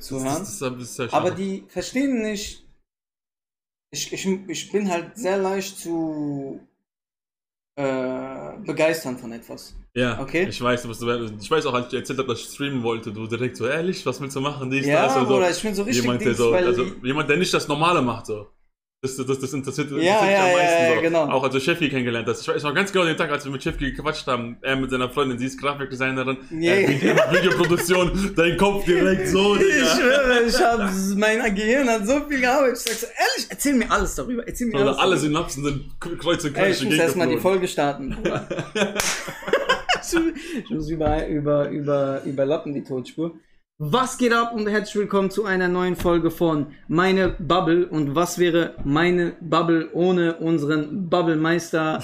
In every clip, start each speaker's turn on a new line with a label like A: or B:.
A: zu hören.
B: Das ist, das ist sehr schade.
A: aber die verstehen nicht. Ich, ich, ich bin halt sehr leicht zu äh, begeistern von etwas.
B: ja,
A: okay.
B: ich weiß, was du, ich weiß auch, als ich dir erzählt habe, dass ich streamen wollte, du direkt so, ehrlich, was willst du machen? Dies,
A: Ja,
B: das und also so.
A: oder ich bin so richtig
B: jemand, der
A: Dings,
B: so,
A: weil
B: also jemand, der nicht das Normale macht, so. Das, das, das interessiert, interessiert
A: Ja,
B: mich
A: ja,
B: am
A: ja,
B: meisten.
A: ja,
B: so.
A: genau.
B: Auch als du Chefi kennengelernt hast. Ich weiß noch ganz genau den Tag, als wir mit Chefi gequatscht haben. Er mit seiner Freundin, sie ist Grafikdesignerin.
A: Nee.
B: Äh, Video- Videoproduktion, dein Kopf direkt so,
A: ich
B: Digga.
A: schwöre, ich hab, mein Gehirn hat so viel gearbeitet. Ich sag so, ehrlich, erzähl mir alles darüber. Erzähl mir
B: Oder
A: alles.
B: alle
A: darüber.
B: Synapsen sind kreuz und
A: Ey,
B: quer
A: ich muss erstmal die
B: gegengeflogen.
A: Folge starten. Bruder. ich muss über, über, über, überlappen die Tonspur. Was geht ab und herzlich willkommen zu einer neuen Folge von Meine Bubble. Und was wäre meine Bubble ohne unseren Bubblemeister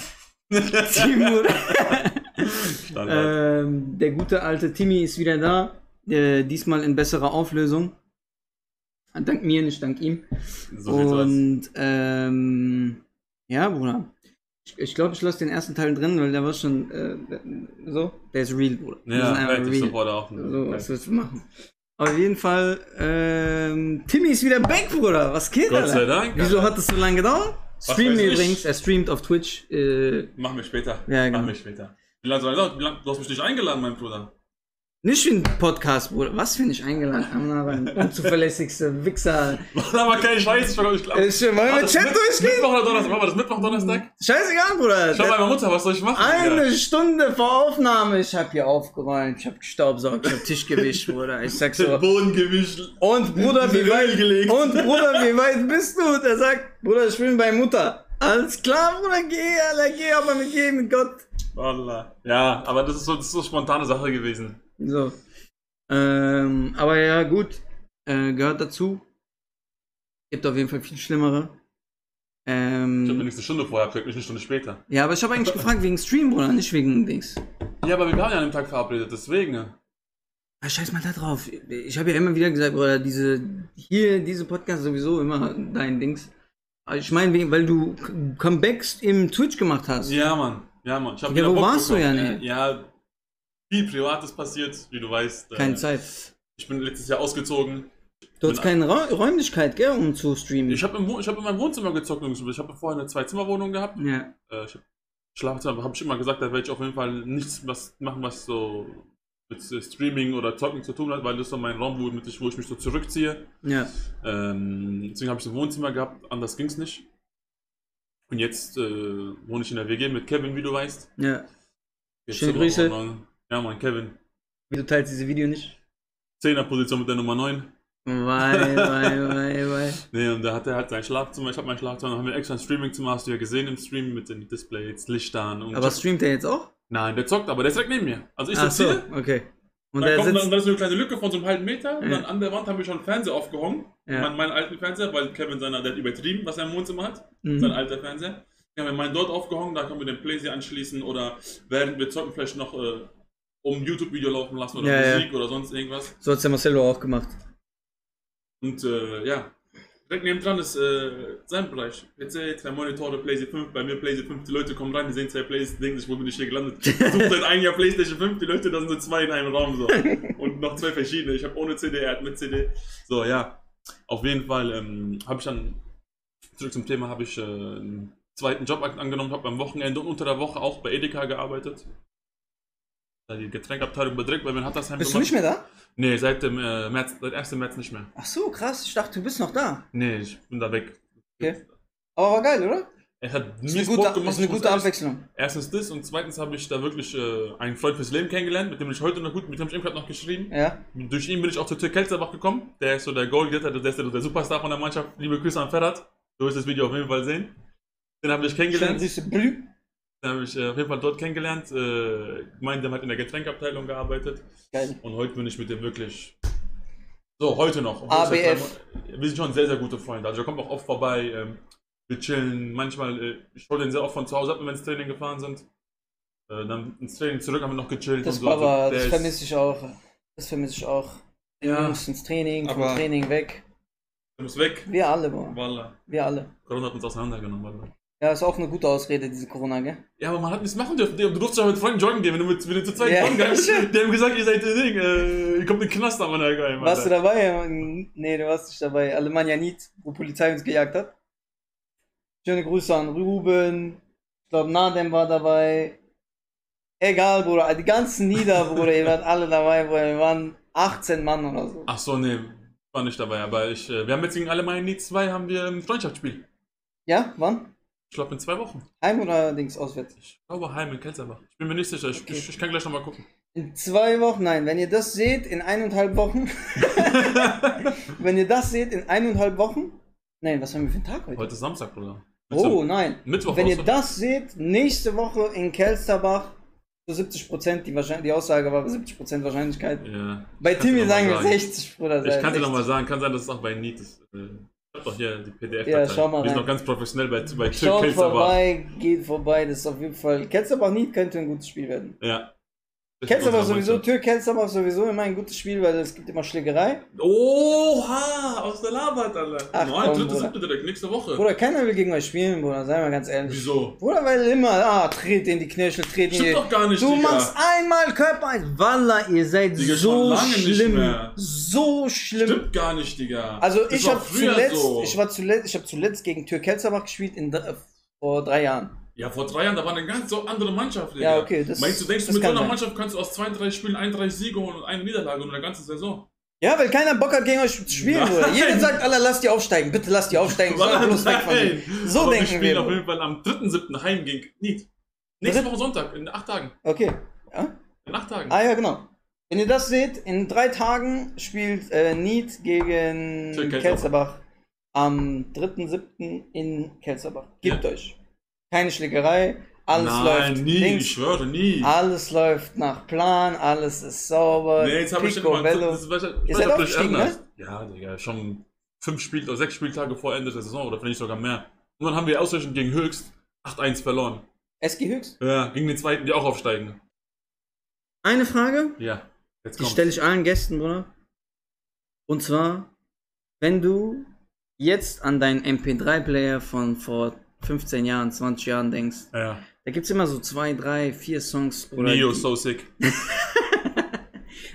A: Timur?
B: Standard.
A: Ähm, der gute alte Timmy ist wieder da. Äh, diesmal in besserer Auflösung. Dank mir, nicht dank ihm.
B: so sieht's aus.
A: Und ähm, ja, Bruder. Ich glaube, ich, glaub, ich lasse den ersten Teil drin, weil der war schon äh, so. Der ist real, Bruder. Wir sind
B: Ja,
A: einfach
B: relativ
A: real.
B: sofort auch.
A: So, was willst du machen? Auf jeden Fall, ähm, Timmy ist wieder back, Bruder. Was geht,
B: Gott sei
A: Alter?
B: Dank.
A: Wieso hat das so lange gedauert?
B: Was
A: Streamen
B: weiß ich?
A: übrigens, er streamt auf Twitch. Äh,
B: Machen wir später.
A: Ja, genau.
B: Machen wir später. Wie lange soll das? Wie lange- Du hast mich nicht eingeladen, mein Bruder.
A: Nicht für einen Podcast, Bruder. Was für nicht eingeladen am Namen. Unzuverlässigste Wichser.
B: Mach aber keinen Scheiß, Bruder. Ich glaub,
A: Äh, Schön, wollen
B: War
A: wir
B: das
A: Chat
B: Mitt-
A: durchgehen?
B: Mittwoch oder Donnerstag? War das Mittwoch, Donnerstag?
A: Scheißegal, Bruder.
B: Ich war bei meiner Mutter, was soll ich machen?
A: Eine
B: Digga?
A: Stunde vor Aufnahme. Ich hab hier aufgeräumt, ich hab gestaubsaugt, ich hab Tisch gewischt, Bruder. Ich sag so.
B: Den Boden gewischt.
A: Und Bruder, wie
B: Öl
A: weit,
B: gelegt.
A: und Bruder, wie weit bist du? Der sagt, Bruder, ich bin bei Mutter. Alles klar, Bruder, geh, Alter, geh, aber mit jedem mit Gott.
B: Wallah. Ja, aber das ist so, das ist so spontane Sache gewesen.
A: So. Ähm, aber ja, gut. Äh, gehört dazu. Gibt auf jeden Fall viel schlimmere.
B: Ich hab mir
A: Ähm,
B: nichts eine Stunde vorher, ich mich eine Stunde später.
A: ja, aber ich habe eigentlich gefragt wegen Stream, Bruder, nicht wegen Dings.
B: Ja, aber wir waren ja an dem Tag verabredet, deswegen.
A: Ah, scheiß mal da drauf. Ich habe ja immer wieder gesagt, Bruder, diese, hier, diese Podcast ist sowieso immer dein Dings. Aber Ich meine, weil du Comebacks im Twitch gemacht hast.
B: Ja, Mann. Ja, Mann. Ich hab
A: Ja,
B: wieder
A: wo
B: Bock
A: warst du,
B: bekommen.
A: Janne?
B: Äh, Ja, viel Privates passiert, wie du weißt. Äh,
A: Keine Zeit.
B: Ich bin letztes Jahr ausgezogen.
A: Du hast
B: bin-
A: keine Ra Räumlichkeit, gell, um zu streamen.
B: Genau. Ich habe hab in meinem Wohnzimmer gezockt, Jungs. Ich habe vorher eine Zwei-Zimmer-Wohnung gehabt.
A: ja.
B: äh, ich hab, Schlafzimmer habe ich immer gesagt, da werde ich auf jeden Fall nichts was machen, was so mit äh, Streaming oder Zocken zu tun hat, weil das ist so mein Raum, wo, mit ich, wo ich mich so zurückziehe.
A: Ja.
B: Ähm, deswegen habe ich so ein Wohnzimmer gehabt, anders ging es nicht. Und jetzt äh, wohne ich in der WG mit Kevin, wie du weißt.
A: Ja.
B: Jetzt
A: Schöne
B: sind wir
A: Grüße.
B: auch noch- Ja, Mann, Kevin.
A: Wieso teilst du diese Video nicht?
B: 10er Position mit der Nummer 9.
A: Weil, weil, weil, weil.
B: Nee, und da hat er halt sein Schlafzimmer. Ich habe mein Schlafzimmer. Da haben wir extra ein Streamingzimmer, hast du ja gesehen im Stream mit den Displays, Lichtern und.
A: Aber streamt er jetzt auch?
B: Nein, der zockt, aber der ist direkt neben mir. Also ich
A: Ach
B: sitze
A: so,
B: hier
A: okay. Und
B: dann,
A: er
B: kommt, dann,
A: sitzt.
B: dann ist so eine kleine Lücke von so einem halben Meter und
A: Ja.
B: dann an der Wand haben wir schon einen Fernseher aufgehangen.
A: Ja.
B: Mein, meinen alten Fernseher, weil Kevin seiner, der hat übertrieben, was er im Wohnzimmer hat. Sein
A: Mhm.
B: alter Fernseher. Dann haben wir meinen dort aufgehangen, da können wir den Playsee anschließen oder während wir zocken vielleicht noch äh, um YouTube-Video laufen lassen oder
A: Ja, ja.
B: Musik oder sonst irgendwas.
A: So hat's der Marcello auch gemacht.
B: Und äh, ja, direkt nebendran ist äh, sein Bereich. PC, zwei Monitore, Playsee 5, bei mir Playsee 5, die Leute kommen rein, die sehen zwei Plays, denken sich, wo bin ich hier gelandet? Sucht seit einem Jahr Playstation 5, die Leute, da sind so zwei in einem Raum so. Und noch zwei verschiedene, ich habe ohne CD, er hat mit CD. So, ja, auf jeden Fall ähm, habe ich dann, zurück zum Thema, habe ich äh, einen zweiten Job an- angenommen, habe am Wochenende und unter der Woche auch bei Edeka gearbeitet. Da die Getränkabteilung bedrückt, weil man hat das Heim
A: Bist du nicht mehr da?
B: Nee, seit dem äh, März, seit 1. März nicht mehr.
A: Ach so, krass. Ich dachte, du bist noch da.
B: Nee, ich bin da weg.
A: Okay. Aber war geil, oder?
B: Es hat
A: Ist
B: mir
A: eine
B: Bock
A: gute,
B: gemacht.
A: ist eine
B: ich muss
A: gute
B: ehrlich-
A: Abwechslung.
B: Erstens das und zweitens habe ich da wirklich äh, einen Freund fürs Leben kennengelernt, mit dem ich heute noch gut, mit dem ich eben gerade noch geschrieben.
A: Ja.
B: Durch ihn bin ich auch zu Türk Kelsterbach gekommen. Der ist so der Goalgetter, der ist so der Superstar von der Mannschaft. Liebe Grüße an Ferhat. Du wirst das Video auf jeden Fall sehen. Den habe ich
A: Schöne
B: kennengelernt.
A: süße Blü.
B: Den habe ich äh, auf jeden Fall dort kennengelernt. Äh, gemeinsam hat in der Getränkabteilung gearbeitet.
A: Geil.
B: Und heute bin ich mit dem wirklich. So, heute noch. Obwohl
A: ABF.
B: ich seit drei Monaten- Wir sind schon sehr, sehr gute Freunde. Also, er kommt auch oft vorbei. Ähm, wir chillen. Manchmal, äh, ich hole den sehr oft von zu Hause ab, wenn wir ins Training gefahren sind. Äh, dann ins Training zurück, haben wir noch gechillt.
A: Das
B: und so. Also,
A: Baba,
B: der
A: das
B: ist-
A: vermisse ich auch. Das vermisse ich auch. Ja.
B: Ja.
A: Jungs ins Training, vom
B: Aber-
A: Training weg.
B: Der muss weg.
A: Wir alle, Bro.
B: Wallah.
A: Wir alle.
B: Corona hat uns auseinandergenommen. Wallah.
A: Ja, ist auch eine gute Ausrede, diese Corona, gell?
B: Ja, aber man hat nichts machen dürfen. Du durftest ja mit Freunden joggen gehen, wenn du, mit, wenn du zu zweit
A: Ja.
B: joggen gehst. Die haben gesagt, ihr seid äh, Ding, äh, ihr kommt in den Knast am Alter.
A: Warst du dabei? Nee, du warst nicht dabei. Alemannia Niet, wo Polizei uns gejagt hat. Schöne Grüße an Ruben. Ich glaube, Nadem war dabei. Egal, Bruder. Die ganzen Nieder, Bruder. Ihr wart alle dabei, Bruder. Wir waren 18 Mann oder so.
B: Ach so, nee, ich war nicht dabei, aber ich, äh, wir haben jetzt gegen Alemannia nie zwei, haben wir ein Freundschaftsspiel.
A: Ja, wann?
B: Ich glaube in zwei Wochen.
A: Heim oder Dings auswärts?
B: Ich glaube heim in Kelserbach. Ich bin mir nicht sicher, ich,
A: Okay.
B: ich, ich kann gleich nochmal gucken.
A: In zwei Wochen, nein, wenn ihr das seht, in eineinhalb Wochen. wenn ihr das seht, in eineinhalb Wochen. Nein, was haben wir für einen Tag heute?
B: Heute ist Samstag, Bruder.
A: oh, nein.
B: Mittwoch
A: Wenn
B: auch
A: ihr
B: so.
A: das seht, nächste Woche in Kelsterbach zu 70 Prozent, die, Wahrscheinlich- die Aussage war 70 Prozent Wahrscheinlichkeit.
B: Ja.
A: Bei
B: Ich kann's dir
A: Timmy
B: noch
A: sagen
B: mal
A: wir 60, Bruder.
B: Ich kann dir
A: 60.
B: nochmal sagen, kann sein, dass es auch bei Need ist. Äh, Ich hab doch hier die PDF-Datei.
A: Ja, schau mal
B: Die ist
A: rein.
B: noch ganz professionell bei, bei Türk
A: Schaut
B: Kelserbach.
A: vorbei, geht vorbei, das ist auf jeden Fall. Kelsterbach nicht könnte ein gutes Spiel werden.
B: Ja.
A: Kelsterbach sowieso, Tür Kelsterbach sowieso immer ein gutes Spiel, weil es gibt immer Schlägerei.
B: Oha, aus der Labert, Alter.
A: Ach,
B: Nein,
A: komm,
B: drittes
A: Bruder.
B: Siebte direkt, nächste Woche.
A: Bruder, keiner will gegen euch spielen, Bruder, seien wir ganz ehrlich.
B: Wieso?
A: Bruder, weil immer, ah, treten in die Knöchel, treten in die.
B: Stimmt doch gar nicht,
A: Du
B: Digga.
A: machst einmal Körper ein. Walla, ihr seid
B: Digga, schon
A: so
B: lange nicht
A: schlimm.
B: mehr.
A: So schlimm.
B: Stimmt gar nicht, Digga.
A: Also
B: Das
A: ich
B: war
A: habe
B: früher
A: zuletzt,
B: so.
A: ich war zuletzt, ich habe zuletzt gegen Tür Kelzerbach gespielt in dr- äh, vor drei Jahren.
B: Ja, vor drei Jahren, da war eine ganz so andere Mannschaft, Digga.
A: Ja, okay, das-
B: Meinst du, denkst
A: das
B: du, mit so
A: kann
B: einer
A: sein.
B: Mannschaft kannst du aus 32 Spielen 31 Siege holen und eine Niederlage in der ganzen Saison?
A: Ja, weil keiner Bock hat gegen euch zu spielen,
B: Nein.
A: Bruder. Jeder sagt, Alter, lass die aufsteigen, bitte lass die aufsteigen. Soll
B: Nein.
A: bloß weg von denen. So
B: Aber
A: denken
B: wir.
A: wir,
B: spielen auf
A: Bro.
B: jeden Fall am 3.7. heim gegen Niet. Nächste
A: Dritt-
B: Woche Sonntag, in acht Tagen.
A: Okay.
B: In acht Tagen.
A: Ah ja, genau. Wenn ihr das seht, in drei Tagen spielt äh, Need gegen
B: Tür Kelzerbach.
A: Kelzerbach am 3.7. in Kelzerbach. Gebt euch. Keine Schlägerei, alles
B: Nein,
A: läuft.
B: nie,
A: links.
B: ich schwöre, nie.
A: Alles läuft nach Plan, alles ist sauber.
B: nee, jetzt habe ich
A: Picobello.
B: schon mal. Das war, ich
A: Ihr
B: weiß
A: seid
B: nicht, ob du dich
A: aufgestiegen,
B: erinnerst. Ja, Digga, schon fünf Spiel oder sechs Spieltage vor Ende der Saison oder vielleicht sogar mehr. Und dann haben wir ausreichend gegen Höchst 8-1 verloren.
A: SG Höchst.
B: Ja, gegen den zweiten, die auch aufsteigen.
A: Eine Frage,
B: Ja, jetzt
A: die
B: kommt.
A: stelle ich allen Gästen, Bruder. Und zwar, wenn du jetzt an deinen MP3-Player von vor 15 Jahren, 20 Jahren denkst,
B: Ja.
A: da gibt es immer so zwei, drei, vier Songs. Oder
B: Neo,
A: die-
B: so sick.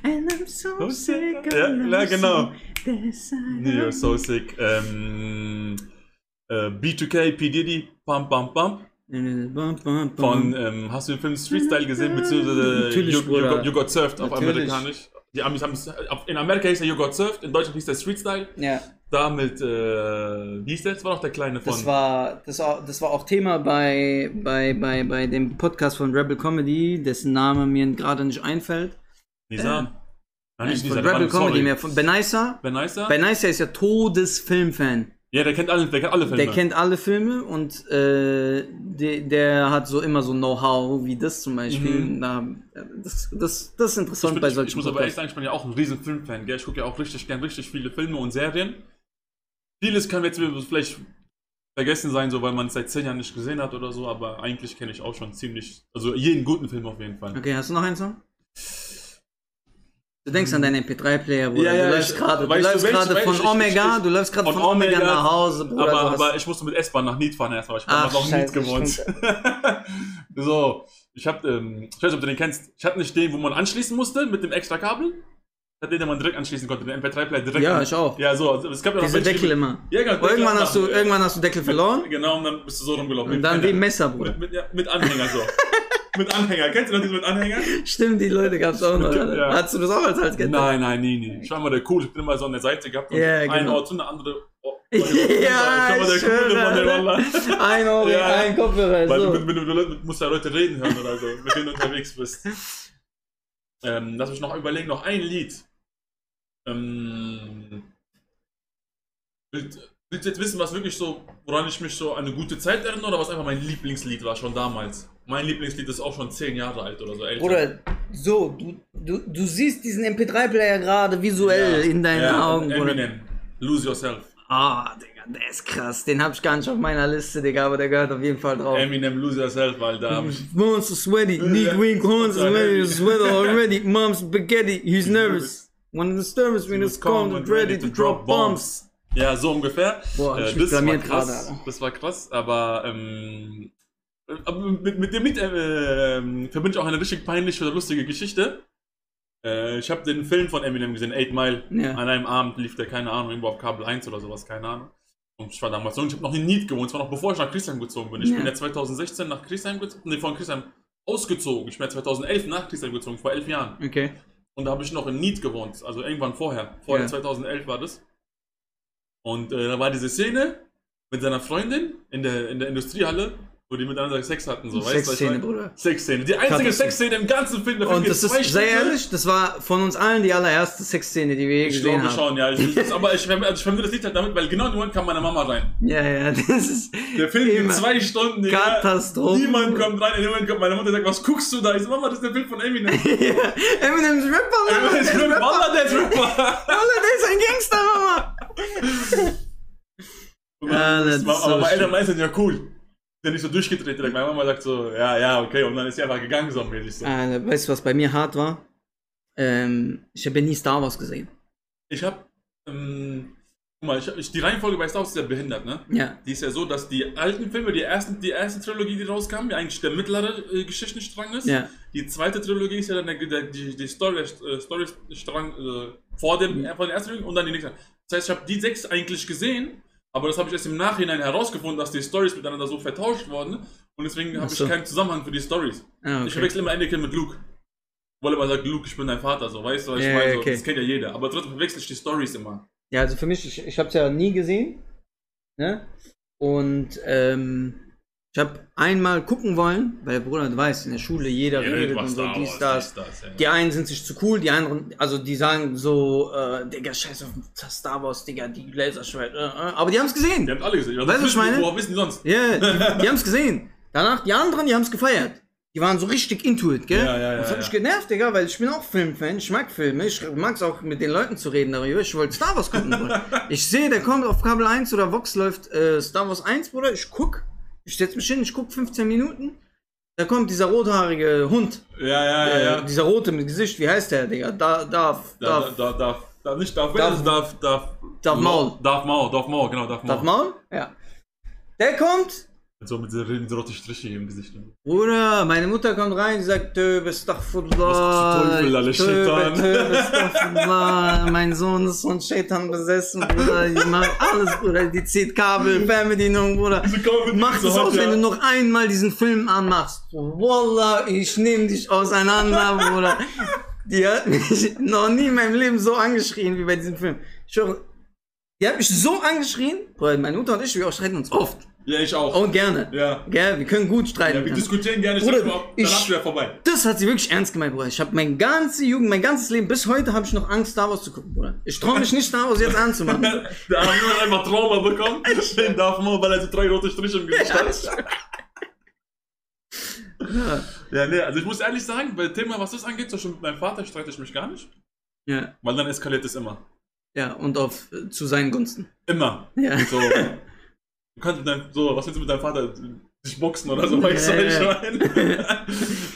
A: And I'm so
B: So
A: sick.
B: sick.
A: and
B: Ja,
A: I'm
B: ja, genau.
A: so desire-
B: Neo, so sick. Ähm, äh, B2K, P. Diddy, Pump, Pump, Pump.
A: Bum, bum, bum.
B: Von, ähm, hast du den Film Street Style gesehen, äh, beziehungsweise
A: Mhm. Natürlich,
B: you, you,
A: Bruder.
B: got, you Got Surfed auf
A: Natürlich.
B: Amerikanisch. Die Amis haben's, auf- in Amerika hieß der You Got Surfed, in Deutschland hieß der Street Style.
A: Ja,
B: Damit, äh, wie hieß der? Das war doch der kleine von.
A: das war, das, war, das war auch Thema bei, bei, bei, bei dem Podcast von Rebel Comedy, dessen Name mir gerade nicht einfällt.
B: Nisa. Nein, nicht
A: äh, Von
B: Nisa, der
A: Rebel
B: Mann, sorry.
A: Comedy mehr, von Benaisa.
B: Ben Nisa?
A: Benaisa ist ja Todesfilmfan.
B: Ja, der kennt alle, der kennt alle Filme.
A: Der kennt alle Filme und äh, de, der hat so immer so Know-how wie das zum Beispiel.
B: Mhm.
A: Da, das, das, das ist
B: ich,
A: interessant
B: bin,
A: bei
B: ich,
A: solchen
B: ich muss aber
A: Podcasts.
B: echt sagen, ich bin ja auch ein riesen Filmfan, gell? Ich gucke ja auch richtig gern richtig viele Filme und Serien. Vieles kann jetzt vielleicht vergessen sein, so weil man es seit zehn Jahren nicht gesehen hat oder so, aber eigentlich kenne ich auch schon ziemlich, also jeden guten Film auf jeden Fall.
A: Okay, hast du noch einen Song? Du denkst an deinen MP3-Player, Bruder.
B: Ja, ja,
A: du läufst
B: ich-
A: gerade du
B: weißt du,
A: läufst
B: welch-
A: gerade
B: welch-
A: von
B: ich- ich-
A: Omega,
B: ich-
A: du läufst gerade
B: von
A: von Omega,
B: Omega,
A: nach Hause, Bruder.
B: aber,
A: du hast-
B: aber ich musste mit S-Bahn nach Nied fahren erstmal, ich bin
A: Ach,
B: damals auch in Nied
A: scheiße,
B: gewohnt. so, ich hab, ähm, ich weiß nicht, ob du den kennst, ich hatte nicht den, wo man anschließen musste mit dem extra Kabel. Ich hatte den, den man direkt anschließen konnte, den MP3-Player direkt.
A: ja,
B: an-
A: ich auch.
B: Ja, so, also es gab ja
A: Diese
B: welche, die-
A: Deckel immer.
B: Ja, genau, Deckel
A: Irgendwann hast, du,
B: abmachen.
A: irgendwann hast du Deckel verloren
B: Genau, und dann bist du so rumgelaufen.
A: und dann
B: Anhänger.
A: wie ein Messer, Bruder.
B: mit, mit, ja, mit Anhänger so. mit Anhänger. Kennst du noch diese mit Anhänger?
A: Stimmt, die Leute gab es auch noch.
B: Stimmt, ja.
A: Hast du das auch als Halskette?
B: Nein, nein, nee, nee. Ich war mal der Cool. Ich bin immer so an der Seite gehabt. Und
A: Genau. Ja,
B: Ein
A: genau.
B: Ort zu einer andere. Oh,
A: Ja,
B: war der
A: ich
B: Coole
A: schwöre,
B: von der
A: Alter.
B: Wallah.
A: Ein Ohr,
B: Ja.
A: ein Kopfhörer.
B: Weil du
A: So.
B: mit, mit, mit, mit, musst ja Leute reden hören oder so, mit denen du unterwegs bist. Ähm, lass mich noch überlegen, noch ein Lied. Ähm, willst, willst du jetzt wissen, was wirklich so, woran ich mich so an eine gute Zeit erinnere oder was einfach mein Lieblingslied war schon damals? Mein Lieblingslied ist auch schon zehn Jahre alt oder so. Älter.
A: Bruder, so, du, du, du siehst diesen MP3-Player gerade visuell in deinen
B: Ja,
A: Augen, Bruder.
B: Eminem, Lose Yourself.
A: Ah, Digga, der ist krass. Den hab ich gar nicht auf meiner Liste, Digga, aber der gehört auf jeden Fall drauf.
B: Eminem, Lose Yourself, weil da habe ich.
A: Mom's so sweaty, need wink horns is ready, sweater already, mom's spaghetti, he's nervous. When the disturbance when it's calm and ready to drop bombs.
B: Ja, so ungefähr.
A: Boah, hab
B: Äh,
A: ich mich
B: das, war
A: blamiert
B: krass,
A: gerade, Alter.
B: das war krass, aber, ähm, aber mit, mit dem Lied äh, ähm, verbinde ich auch eine richtig peinliche oder lustige Geschichte. Äh, ich habe den Film von Eminem gesehen, 8 Mile.
A: Ja.
B: An einem Abend lief der, keine Ahnung, irgendwo auf Kabel 1 oder sowas, keine Ahnung. Und ich war damals jung, ich habe noch in Nied gewohnt, das war noch bevor ich nach Christian gezogen bin. Ich
A: Ja.
B: bin ja 2016 nach Christian gezogen, nee, von Christian ausgezogen. Ich bin ja 2011 nach Christian gezogen, vor elf Jahren.
A: Okay.
B: Und da habe ich noch in Need gewohnt, also irgendwann vorher. Vorher
A: Ja.
B: 2011 war das. Und äh, da war diese Szene mit seiner Freundin in der, in der Industriehalle, wo die miteinander Sex hatten. So, Also, weißt du, was ich
A: Sexszene,
B: meine?
A: Bruder.
B: Sexszene. Die einzige
A: Katastrophe.
B: Sexszene im ganzen Film. Der Film
A: Und
B: geht
A: das ist,
B: zwei
A: sei
B: Stunden.
A: ehrlich, das war von uns allen die allererste Sexszene, die wir je
B: Ich
A: gesehen
B: glaube
A: haben.
B: schon, ja. Ich, das, aber ich, verm- also ich vermisse das Lied halt damit, weil genau in den Moment kam meine Mama rein.
A: Ja, ja, das ist
B: Der Film geht
A: Immer.
B: zwei Stunden. ja.
A: Katastrophe.
B: Niemand kommt rein. In dem Moment kommt meine Mutter und sagt, was guckst du da? Ich so, Mama, das ist der Film von Eminem.
A: Ja, Eminem's Rapper, Mann.
B: Eminem ist Rapper. Wallah, der ist Rapper.
A: Alter, der ist ein Gangster, Mama. Ja, Ah, das
B: Ah, das war,
A: ist
B: aber
A: so
B: meine Eltern
A: schlimm.
B: meinten, ja cool. Der nicht so durchgedreht direkt. Meine Mama sagt so, ja, ja, okay. Und dann ist sie einfach gegangen, so mäßig. So.
A: Alter, weißt du, was bei mir hart war? Ähm, ich habe ja nie Star Wars gesehen.
B: Ich hab, ähm, guck mal, ich, hab- ich, die Reihenfolge bei Star Wars ist ja behindert, ne?
A: Ja,
B: Die ist ja so, dass die alten Filme, die ersten, die erste Trilogie, die rauskam, ja eigentlich der mittlere äh, Geschichtenstrang ist.
A: ja,
B: Die zweite Trilogie ist ja dann der, der, die, die Story, äh, Storystrang äh, vor dem
A: Mhm.
B: äh, vor den ersten Trilogie und dann die nächste. Das heißt, ich habe die sechs eigentlich gesehen, aber das habe ich erst im Nachhinein herausgefunden, dass die Stories miteinander so vertauscht wurden und deswegen
A: Ach
B: habe ich
A: so.
B: keinen Zusammenhang für die Stories.
A: ah,
B: Ich
A: okay.
B: verwechsel immer Anakin mit Luke. Weil immer sagt, Luke, ich bin dein Vater, so weißt du, was ich
A: Ja,
B: meine, so,
A: okay.
B: das kennt ja jeder. Aber trotzdem verwechsel ich die Stories immer.
A: Ja, also für mich, ich, ich habe es ja nie gesehen. Ne? Und ähm, ich habe einmal gucken wollen, weil Bruder, du weißt, in der Schule jeder redet und so, dies, das.
B: das. Ja.
A: Die einen sind sich zu cool, die anderen, also die sagen so, äh, Digga, scheiß auf Star Wars, Digga, die Laserschwert, äh, äh. aber die haben es gesehen.
B: Die haben alle gesehen.
A: Weißt du, was ich meine?
B: Woher wissen die sonst?
A: Ja, die, die haben es gesehen. Danach, die anderen, die haben es gefeiert. Die waren so richtig into it, gell?
B: Ja, ja, ja,
A: das hat mich
B: ja.
A: genervt, Digga, weil ich bin auch Filmfan, ich mag Filme, ich mag es auch mit den Leuten zu reden darüber, ich wollte Star Wars gucken, Bruder. Ich sehe, der kommt auf Kabel 1 oder Vox läuft äh, Star Wars 1, Bruder, ich guck, ich setz mich hin, ich guck 15 Minuten, da kommt dieser rothaarige Hund,
B: Ja, ja, ja,
A: äh,
B: ja.
A: dieser rote mit Gesicht, wie heißt der, Digga? Da, darf,
B: Da,
A: darf,
B: da, da, da, nicht Darth Vader,
A: Darth-
B: darf, darf,
A: Darth Maul.
B: Darth Maul, Darth Maul, genau, Darth Maul.
A: darf Maul? Ja. Der kommt,
B: So mit so mit so roten Strichen hier im Gesicht.
A: Bruder, meine Mutter kommt rein, sie sagt, Töbe, Stachfudullah.
B: Was zum Teufel, alle Shaitan."
A: Töbe, Stachfudullah. mein Sohn ist von Shaitan besessen, Bruder. Die macht alles, Bruder. Die zieht Kabel, Fernbedienung, Bruder. Mach das aus, wenn du noch einmal diesen Film anmachst. Wallah, ich nehme dich auseinander, Bruder. Die hat mich noch nie in meinem Leben so angeschrien wie bei diesem Film. Ich schwöre, die hat mich so angeschrien, Bruder, meine Mutter und ich, wir streiten uns oft.
B: Ja, ich auch.
A: Und gerne.
B: Ja.
A: Gell, wir können gut streiten.
B: Oh. ja, wir
A: Gerne.
B: diskutieren gerne, ich
A: Bruder,
B: sag mal,
A: ich-
B: danach wieder vorbei.
A: Das hat sie wirklich ernst gemeint, Bruder. Ich habe meine ganze Jugend, mein ganzes Leben, bis heute habe ich noch Angst, Star Wars zu gucken, Bruder. Ich traue mich nicht, Star Wars jetzt anzumachen.
B: Da haben wir einfach Trauma bekommen. Den Darth Maul, weil er so drei rote Striche im Gesicht hat. Ja, nee, also ich muss ehrlich sagen, bei dem Thema, was das angeht, zum Beispiel mit meinem Vater streite ich mich gar nicht.
A: ja,
B: Weil dann eskaliert es immer.
A: ja, und auf äh, zu seinen Gunsten.
B: Immer.
A: Ja.
B: So, du kannst mit deinem, so, was willst du mit deinem Vater? Dich boxen oder so, weißt du,
A: Ja,
B: was ich
A: ja.
B: meine?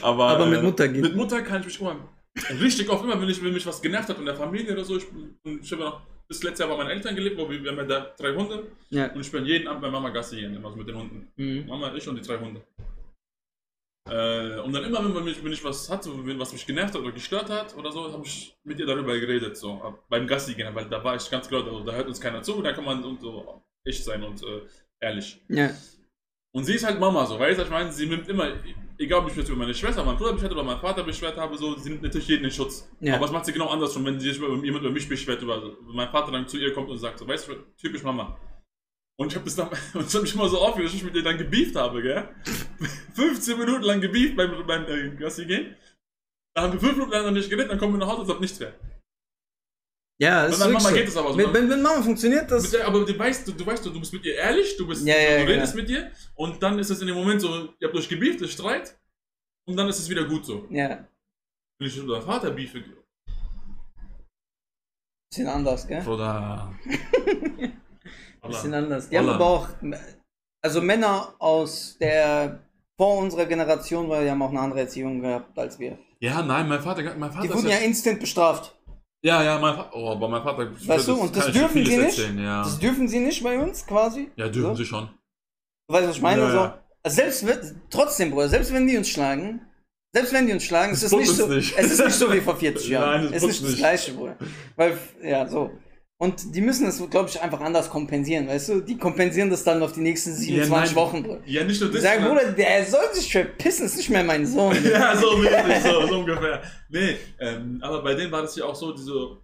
B: Aber,
A: Aber
B: äh,
A: mit Mutter geht.
B: Mit Mutter kann ich mich immer richtig oft immer, wenn, ich, wenn mich was genervt hat in der Familie oder so. Ich, bin- ich habe noch bis letztes Jahr bei meinen Eltern gelebt, wo wir, wir haben ja da drei Hunde
A: ja.
B: und ich bin jeden Abend bei Mama Gassi gehen, immer so mit den Hunden.
A: Mhm.
B: Mama, ich und die drei Hunde. Äh, und dann immer, wenn, man mich, wenn ich was hatte, wenn- was mich genervt hat oder gestört hat oder so, habe ich mit ihr darüber geredet, so ab- beim Gassi gehen, weil da war ich ganz klar, da, da hört uns keiner zu, da kann man und so echt sein und äh, ehrlich.
A: ja.
B: Und sie ist halt Mama so, weißt du, ich meine, sie nimmt immer, egal ob ich mich über meine Schwester, meinen Bruder beschwert oder meinen Vater beschwert habe, so, sie nimmt natürlich jeden in Schutz.
A: Ja.
B: Aber es macht sie genau andersrum, wenn sich über- jemand über mich beschwert, über wenn mein Vater dann zu ihr kommt und sagt, so, weißt du, typisch Mama. Und ich habe das dann, und ich hab mich immer so aufgeregt, dass ich mit ihr dann gebieft habe, gell? 15 Minuten lang gebieft beim, beim äh, Gassi gehen. Da haben wir 5 Minuten lang noch nicht geredet, dann kommen wir nach Hause und sagt nichts mehr.
A: Ja, das
B: Bei meiner
A: ist
B: Mama
A: wirklich
B: geht es aber so. ne?
A: Wenn, wenn, wenn Mama funktioniert, das.
B: Mit der, aber du weißt, du, du weißt, du bist mit ihr ehrlich, du, bist,
A: Ja, ja,
B: du
A: ja.
B: redest mit ihr und dann ist es in dem Moment so, ihr habt euch gebieft, ihr Streit und dann ist es wieder gut so.
A: ja,
B: Wenn ich mit deinem Vater beefe,
A: bisschen anders, gell?
B: Bruder.
A: Bisschen
B: Bruder.
A: anders. Die haben
B: Holla.
A: aber auch. Also Männer aus der. Vor unserer Generation, weil die haben auch eine andere Erziehung gehabt als wir.
B: Ja, nein, mein Vater, mein Vater
A: Die
B: ist
A: wurden ja
B: ja,
A: instant bestraft.
B: Ja, ja, mein Vater. Oh, aber mein Vater.
A: Weißt du, und das dürfen die nicht?
B: Ja.
A: Das dürfen sie nicht bei uns quasi.
B: ja, dürfen
A: so.
B: sie schon.
A: Du weißt, was ich meine?
B: Ja,
A: so.
B: ja.
A: Also selbst wenn, trotzdem, Bruder, selbst wenn die uns schlagen, selbst wenn die uns schlagen, es ist
B: juckt
A: nicht
B: uns
A: so,
B: nicht.
A: es ist nicht so wie vor 40 Jahren.
B: Nein, es
A: es ist
B: juckt
A: nicht das
B: nicht.
A: Gleiche, Bruder. Weil, ja, so. Und die müssen das, glaube ich, einfach anders kompensieren, weißt du? Die kompensieren das dann auf die nächsten 27
B: nein.
A: Wochen, Bruder.
B: Ja, nicht nur
A: Die
B: das.
A: sagen,
B: ne?
A: Bruder, der soll sich verpissen, ist nicht mehr mein Sohn.
B: Ja, so mäßig, so, so ungefähr. Nee, ähm, aber bei denen war das ja auch so, diese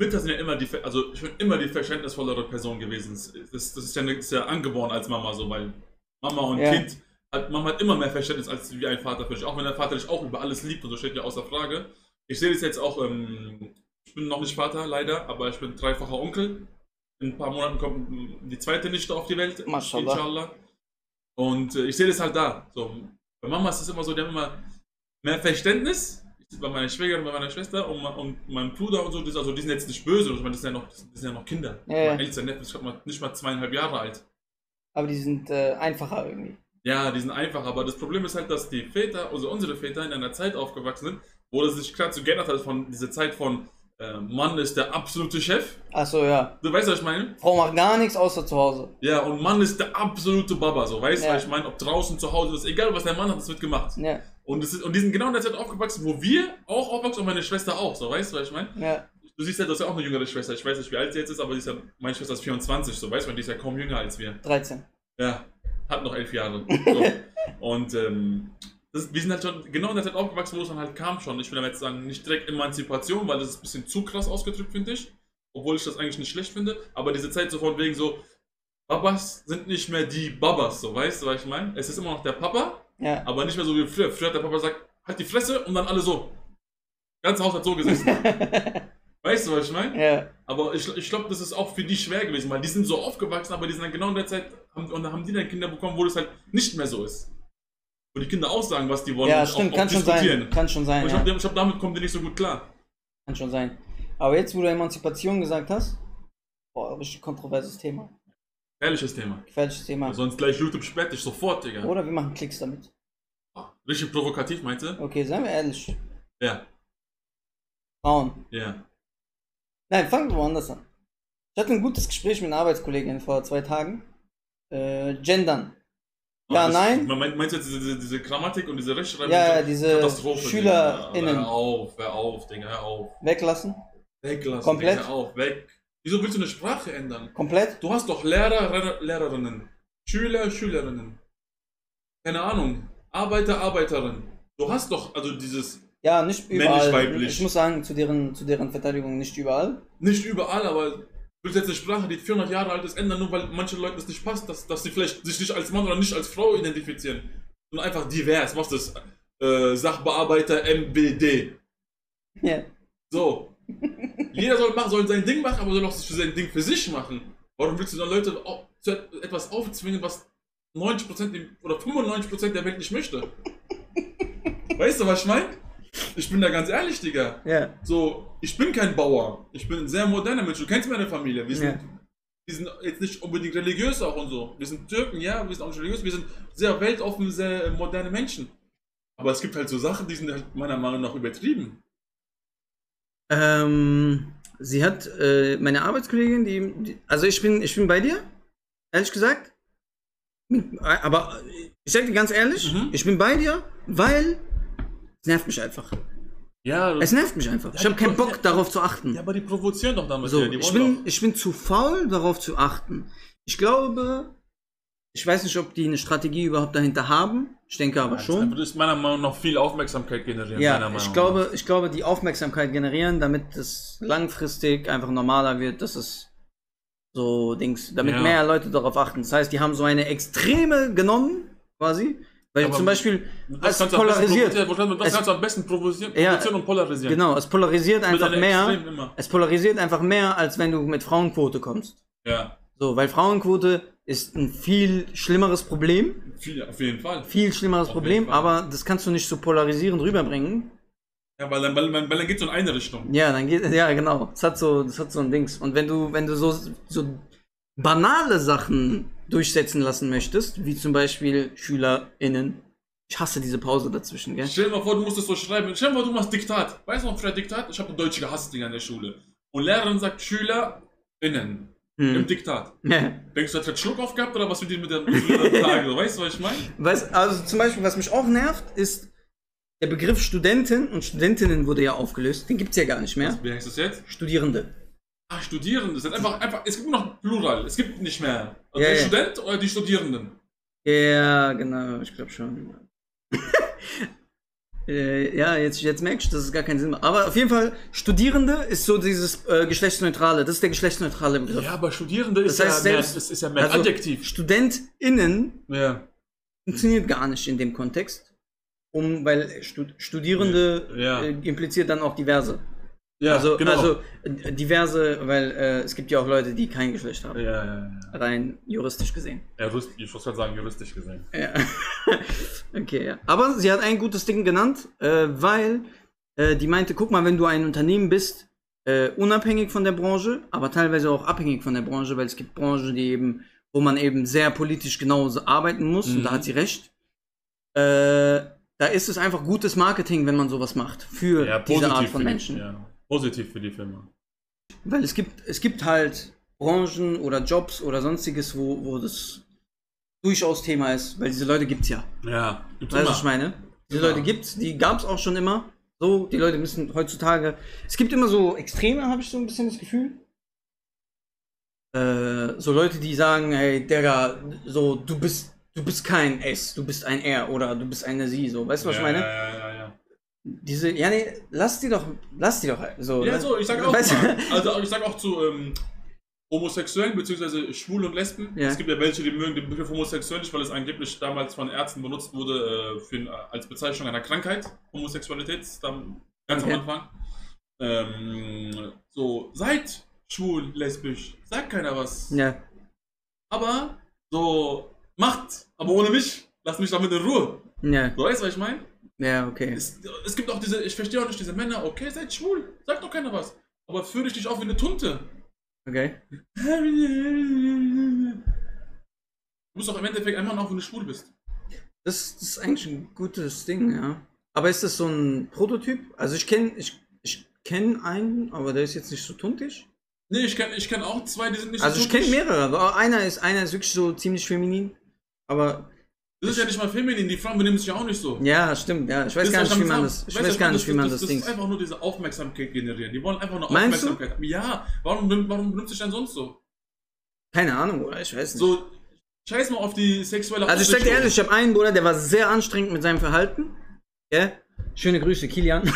B: Mütter sind ja immer die, ver- also schon immer die verständnisvollere Person gewesen. Das, das, ist, ja, eine- das ist ja angeboren als Mama so, weil Mama und
A: Ja.
B: Kind, hat, Mama hat immer mehr Verständnis als wie ein Vater für sich. Auch wenn der Vater dich auch über alles liebt und so steht ja außer Frage. Ich sehe das jetzt auch, ähm, ich bin noch nicht Vater, leider, aber ich bin dreifacher Onkel. In ein paar Monaten kommt mm, die zweite Nichte auf die Welt.
A: Mashallah.
B: Inshallah. Und äh, ich sehe das halt da. So, bei Mama ist es immer so, die haben immer mehr Verständnis. Bei meiner Schwägerin, bei meiner Schwester und, ma- und meinem Bruder und so, das, also die sind jetzt nicht böse, ich meine, das sind ja noch, das sind ja noch Kinder.
A: Ja, ja.
B: Mein ältester Neffe ist gerade mal- nicht mal zweieinhalb Jahre alt.
A: Aber die sind äh, einfacher irgendwie.
B: Ja, die sind einfach, aber das Problem ist halt, dass die Väter, also unsere Väter in einer Zeit aufgewachsen sind, wo das sich klar zu geändert hat von dieser Zeit von äh, Mann ist der absolute Chef.
A: Achso, ja.
B: Du weißt, was ich meine?
A: Frau macht gar nichts außer zu Hause.
B: Ja, und Mann ist der absolute Baba, so weißt du,
A: Ja.
B: was ich meine, ob draußen, zu Hause, ist egal, was der Mann hat, das wird gemacht.
A: Ja,
B: Und, es ist, und die sind genau in der Zeit aufgewachsen, wo wir auch aufwachsen und meine Schwester auch, so weißt du, was ich meine?
A: ja.
B: Du siehst ja, du hast ja auch eine jüngere Schwester. Ich weiß nicht, wie alt sie jetzt ist, aber die ist ja, meine Schwester ist 24, so weißt du, die ist ja kaum jünger als wir.
A: 13.
B: Ja, hat noch elf Jahre. So. und ähm, das, wir sind halt schon genau in der Zeit aufgewachsen, wo es dann halt kam schon. Ich will aber jetzt sagen, nicht direkt Emanzipation, weil das ist ein bisschen zu krass ausgedrückt, finde ich. Obwohl ich das eigentlich nicht schlecht finde. Aber diese Zeit so von wegen so, Babas sind nicht mehr die Babas, so weißt du, was ich meine? Es ist immer noch der Papa,
A: Ja.
B: aber nicht mehr so wie früher. Früher hat der Papa gesagt, halt die Fresse und dann alle so. Ganz Haus hat so gesessen. weißt du, was ich meine?
A: ja.
B: Aber ich, ich glaube, das ist auch für die schwer gewesen, weil die sind so aufgewachsen, aber die sind dann genau in der Zeit, haben, und dann haben die dann Kinder bekommen, wo das halt nicht mehr so ist. Wo die Kinder auch sagen, was die wollen.
A: Ja,
B: und auch-
A: stimmt,
B: auch
A: kann schon sein. Kann schon sein.
B: Und ich
A: ja.
B: glaube, glaub, damit kommen die nicht so gut klar.
A: Kann schon sein. Aber jetzt, wo du Emanzipation gesagt hast, boah, richtig kontroverses Thema.
B: Ehrliches Thema.
A: Gefährliches Thema.
B: Sonst gleich YouTube sperrt dich sofort, Digga.
A: Oder wir machen Klicks damit.
B: Richtig provokativ, meinst du?
A: Okay, seien wir ehrlich.
B: Ja,
A: Frauen.
B: ja.
A: Nein, fangen wir woanders an. Ich hatte ein gutes Gespräch mit einer Arbeitskollegin vor zwei Tagen. Äh, Gendern. Ja,
B: Und Oh, das-
A: nein.
B: Me- Meinst du jetzt diese, diese, diese Grammatik und diese Rechtschreibung?
A: Ja, ja, diese
B: Digga.
A: SchülerInnen.
B: Hör auf, hör auf, Digga, hör auf.
A: Weglassen.
B: Weglassen,
A: Komplett?
B: Digga, hör auf, weg. Wieso willst du eine Sprache ändern?
A: Komplett.
B: Du hast doch Lehrer, Lehrer, Lehrerinnen, Schüler, Schülerinnen. Keine Ahnung, Arbeiter, Arbeiterin. Du hast doch also dieses
A: Ja, nicht
B: Männlich,
A: überall.
B: weiblich.
A: Ich muss sagen, zu deren, zu deren Verteidigung nicht überall.
B: nicht überall, aber du willst jetzt eine Sprache, die 400 Jahre alt ist, ändern, nur weil manchen Leuten das nicht passt, dass, dass sie vielleicht sich nicht als Mann oder nicht als Frau identifizieren. Sondern einfach divers. Was ist das? Äh, Sachbearbeiter MBD.
A: Ja.
B: So. Jeder soll, machen, soll sein Ding machen, aber soll auch sich für sein Ding für sich machen. Warum willst du dann Leute au- zu et- etwas aufzwingen, was 90% im- oder 95% der Welt nicht möchte? Weißt du, was ich meine? Ich bin da ganz ehrlich, Digga.
A: Ja.
B: So, ich bin kein Bauer. Ich bin ein sehr moderner Mensch. Du kennst meine Familie. Wir sind,
A: Ja.
B: wir sind jetzt nicht unbedingt religiös auch und so. Wir sind Türken, ja, wir sind auch nicht religiös. Wir sind sehr weltoffen, sehr äh, moderne Menschen. Aber es gibt halt so Sachen, die sind halt meiner Meinung nach übertrieben.
A: Ähm, sie hat, äh, meine Arbeitskollegin, die, die, also ich bin, ich bin bei dir, ehrlich gesagt. Mit- Aber äh, ich sag dir ganz ehrlich,
B: Mhm.
A: ich bin bei dir, weil es nervt mich einfach.
B: Ja,
A: Es nervt mich einfach. Ich habe keinen Bock darauf zu achten.
B: Ja, aber die provozieren doch damit.
A: So,
B: ja, die
A: ich,
B: wollen
A: bin, ich bin zu faul, darauf zu achten. Ich glaube, ich weiß nicht, ob die eine Strategie überhaupt dahinter haben. Ich denke aber
B: doch.
A: schon.
B: Also, Das ist meiner Meinung nach viel Aufmerksamkeit generieren. meiner
A: Ja,
B: Meinung
A: ich
B: nach.
A: glaube, ich glaube, die Aufmerksamkeit generieren, damit es langfristig einfach normaler wird, dass es so Dings, damit
B: Ja.
A: mehr Leute darauf achten. Das heißt, die haben so eine Extreme genommen, quasi, weil
B: Aber
A: zum Beispiel
B: Das
A: es
B: kannst du am besten
A: polarisiert.
B: provozieren, Das
A: Es-
B: kannst du am besten provozieren,
A: Ja,
B: provozieren und polarisieren.
A: Genau, es polarisiert
B: Mit
A: einfach
B: deiner
A: mehr.
B: Extremen immer.
A: Es polarisiert einfach mehr, als wenn du mit Frauenquote kommst.
B: Ja,
A: So, weil Frauenquote ist ein viel schlimmeres Problem.
B: viel, auf jeden Fall.
A: Viel schlimmeres
B: Auf jeden
A: Problem,
B: Fall.
A: aber das kannst du nicht so polarisierend rüberbringen,
B: Ja, weil dann, weil, weil weil dann geht es in eine Richtung.
A: Ja, dann geht ja genau. Das hat so, das hat so ein Dings. Und wenn du, wenn du so, so banale Sachen durchsetzen lassen möchtest, wie zum Beispiel SchülerInnen, Ich hasse diese Pause dazwischen, gell?
B: Stell dir mal vor, du musst es so schreiben. Stell dir mal vor, du machst Diktat. Weißt du, was für ein Diktat? Ich habe Deutsch gehasst, Digga, in der Schule. Und Lehrerin sagt SchülerInnen im
A: Hm.
B: Diktat. Denkst du, hat er Schluck aufgehabt oder was mit dir mit der mit der Tage? so? Weißt du, was ich meine?
A: Weißt, also zum Beispiel, was mich auch nervt, ist der Begriff Studentin und Studentinnen wurde ja aufgelöst. Den gibt's ja gar nicht mehr.
B: Wie heißt das jetzt?
A: Studierende.
B: Ah, Studierende. Es, ist einfach, einfach, es gibt nur noch Plural. Es gibt nicht mehr. Also
A: Ja,
B: der
A: ja.
B: Student oder die Studierenden.
A: Ja, genau, ich glaube schon. Äh, ja, jetzt, jetzt merkst du, dass es gar keinen Sinn macht. Aber auf jeden Fall, Studierende ist so dieses äh, geschlechtsneutrale. Das ist der geschlechtsneutrale Begriff.
B: aber Studierende
A: Das heißt selbst-
B: ist, ist ja
A: also- StudentInnen
B: Ja,
A: funktioniert gar nicht in dem Kontext. Um, weil Stud Studierende
B: Ja.
A: Äh, impliziert dann auch diverse.
B: ja
A: also,
B: genau.
A: also äh, diverse, weil äh, es gibt ja auch Leute, die kein Geschlecht haben.
B: ja, ja, ja.
A: Rein juristisch gesehen.
B: ja jurist, ich muss gerade sagen, juristisch gesehen.
A: Ja. okay, ja. Aber sie hat ein gutes Ding genannt, äh, weil äh, die meinte, guck mal, wenn du ein Unternehmen bist, äh, unabhängig von der Branche, aber teilweise auch abhängig von der Branche, weil es gibt Branchen, die eben, wo man eben sehr politisch genau so arbeiten muss,
B: Mhm.
A: und da hat sie recht. Äh, da ist es einfach gutes Marketing, wenn man sowas macht für
B: Ja,
A: diese Art von
B: positiv für die-
A: Menschen.
B: Ja. Positiv für die Firma.
A: Weil es gibt, es gibt halt Branchen oder Jobs oder sonstiges, wo, wo das durchaus Thema ist, weil diese Leute gibt's ja.
B: Ja,
A: Weißt du,
B: gibt's immer.
A: was Also ich meine? Diese
B: Immer.
A: Leute gibt's, die gab's auch schon immer. So, die Leute müssen heutzutage. Es gibt immer so Extreme, habe ich so ein bisschen das Gefühl. Äh, so Leute, die sagen, hey, Digga, so, du bist, du bist kein S, du bist ein R oder du bist eine Sie, so, weißt du, was
B: ja,
A: ich meine?
B: Ja, ja, ja. ja.
A: Diese, ja, nee, lass die doch, lass die doch, so.
B: Ja,
A: ne?
B: so, ich sag auch
A: Weißt du?
B: mal. Also ich sag auch zu ähm, Homosexuellen bzw. Schwulen und Lesben.
A: Ja.
B: Es gibt ja welche, die mögen den Begriff homosexuell nicht, weil es angeblich damals von Ärzten benutzt wurde äh, für, als Bezeichnung einer Krankheit. Homosexualität, dann ganz
A: Okay.
B: am Anfang. Ähm, so, seid schwul, lesbisch, sagt keiner was.
A: Ja,
B: Aber so, macht, aber ohne mich. Lasst mich damit in Ruhe.
A: ja,
B: Du weißt, was ich meine?
A: ja, okay.
B: Es, es gibt auch diese, ich verstehe auch nicht diese Männer, okay, seid schwul, sagt doch keiner was. Aber führe dich nicht auf wie eine Tunte.
A: Okay.
B: Du musst doch im Endeffekt einmal noch, wenn du schwul bist.
A: Das, das ist eigentlich ein gutes Ding,
B: Hm.
A: ja. Aber ist das so ein Prototyp? Also ich kenne ich, ich kenn einen, aber der ist jetzt nicht so tuntig.
B: Nee, ich kenne ich kenn auch zwei, die sind nicht
A: Also ich
B: tuntisch.
A: kenne mehrere, aber einer ist, einer ist wirklich so ziemlich feminin. Aber
B: Das ist ja nicht mal feminin, die Frauen benehmen sich ja auch nicht so.
A: ja, stimmt, ja. Ich weiß
B: Das
A: gar
B: ist
A: nicht, wie
B: was
A: man
B: damit
A: das.
B: sagt.
A: Ich
B: Weißt du,
A: weiß gar nicht, wie man das
B: das
A: Ding.
B: Das ist einfach nur diese Aufmerksamkeit generieren. Die wollen einfach nur
A: Meinst du?
B: Aufmerksamkeit. Ja, warum, warum benutzt sich denn sonst so?
A: Keine Ahnung, oder? Ich weiß nicht.
B: So, scheiß mal auf die sexuelle
A: Also ich sag dir
B: Ausrichtung.
A: ehrlich, ich habe einen Bruder, der war sehr anstrengend mit seinem Verhalten. Ja? Schöne Grüße, Kilian.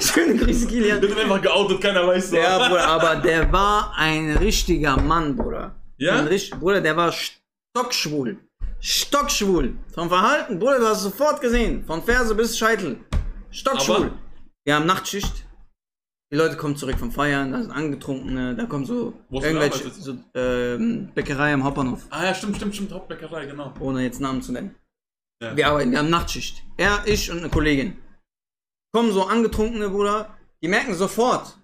A: Schöne Grüße, Kilian.
B: Wir sind einfach geoutet, keiner weiß so.
A: Ja, Bruder, aber der war ein richtiger Mann, Bruder.
B: Ja?
A: Ein richtig, Bruder, der war stockschwul. Stockschwul. Vom Verhalten, Bruder, du hast es sofort gesehen. Von Ferse bis Scheitel. Stockschwul.
B: Aber-
A: Wir haben Nachtschicht. Die Leute kommen zurück vom Feiern, da sind Angetrunkene, da kommen so
B: Wo hast du
A: irgendwelche
B: gearbeitet?
A: so, ähm, Bäckerei am Hauptbahnhof,
B: Ah ja, stimmt, stimmt, stimmt, Hauptbäckerei, genau.
A: ohne jetzt Namen zu nennen.
B: Ja.
A: Wir arbeiten, wir haben Nachtschicht. Er, ich und eine Kollegin. Kommen so Angetrunkene, Bruder, die merken sofort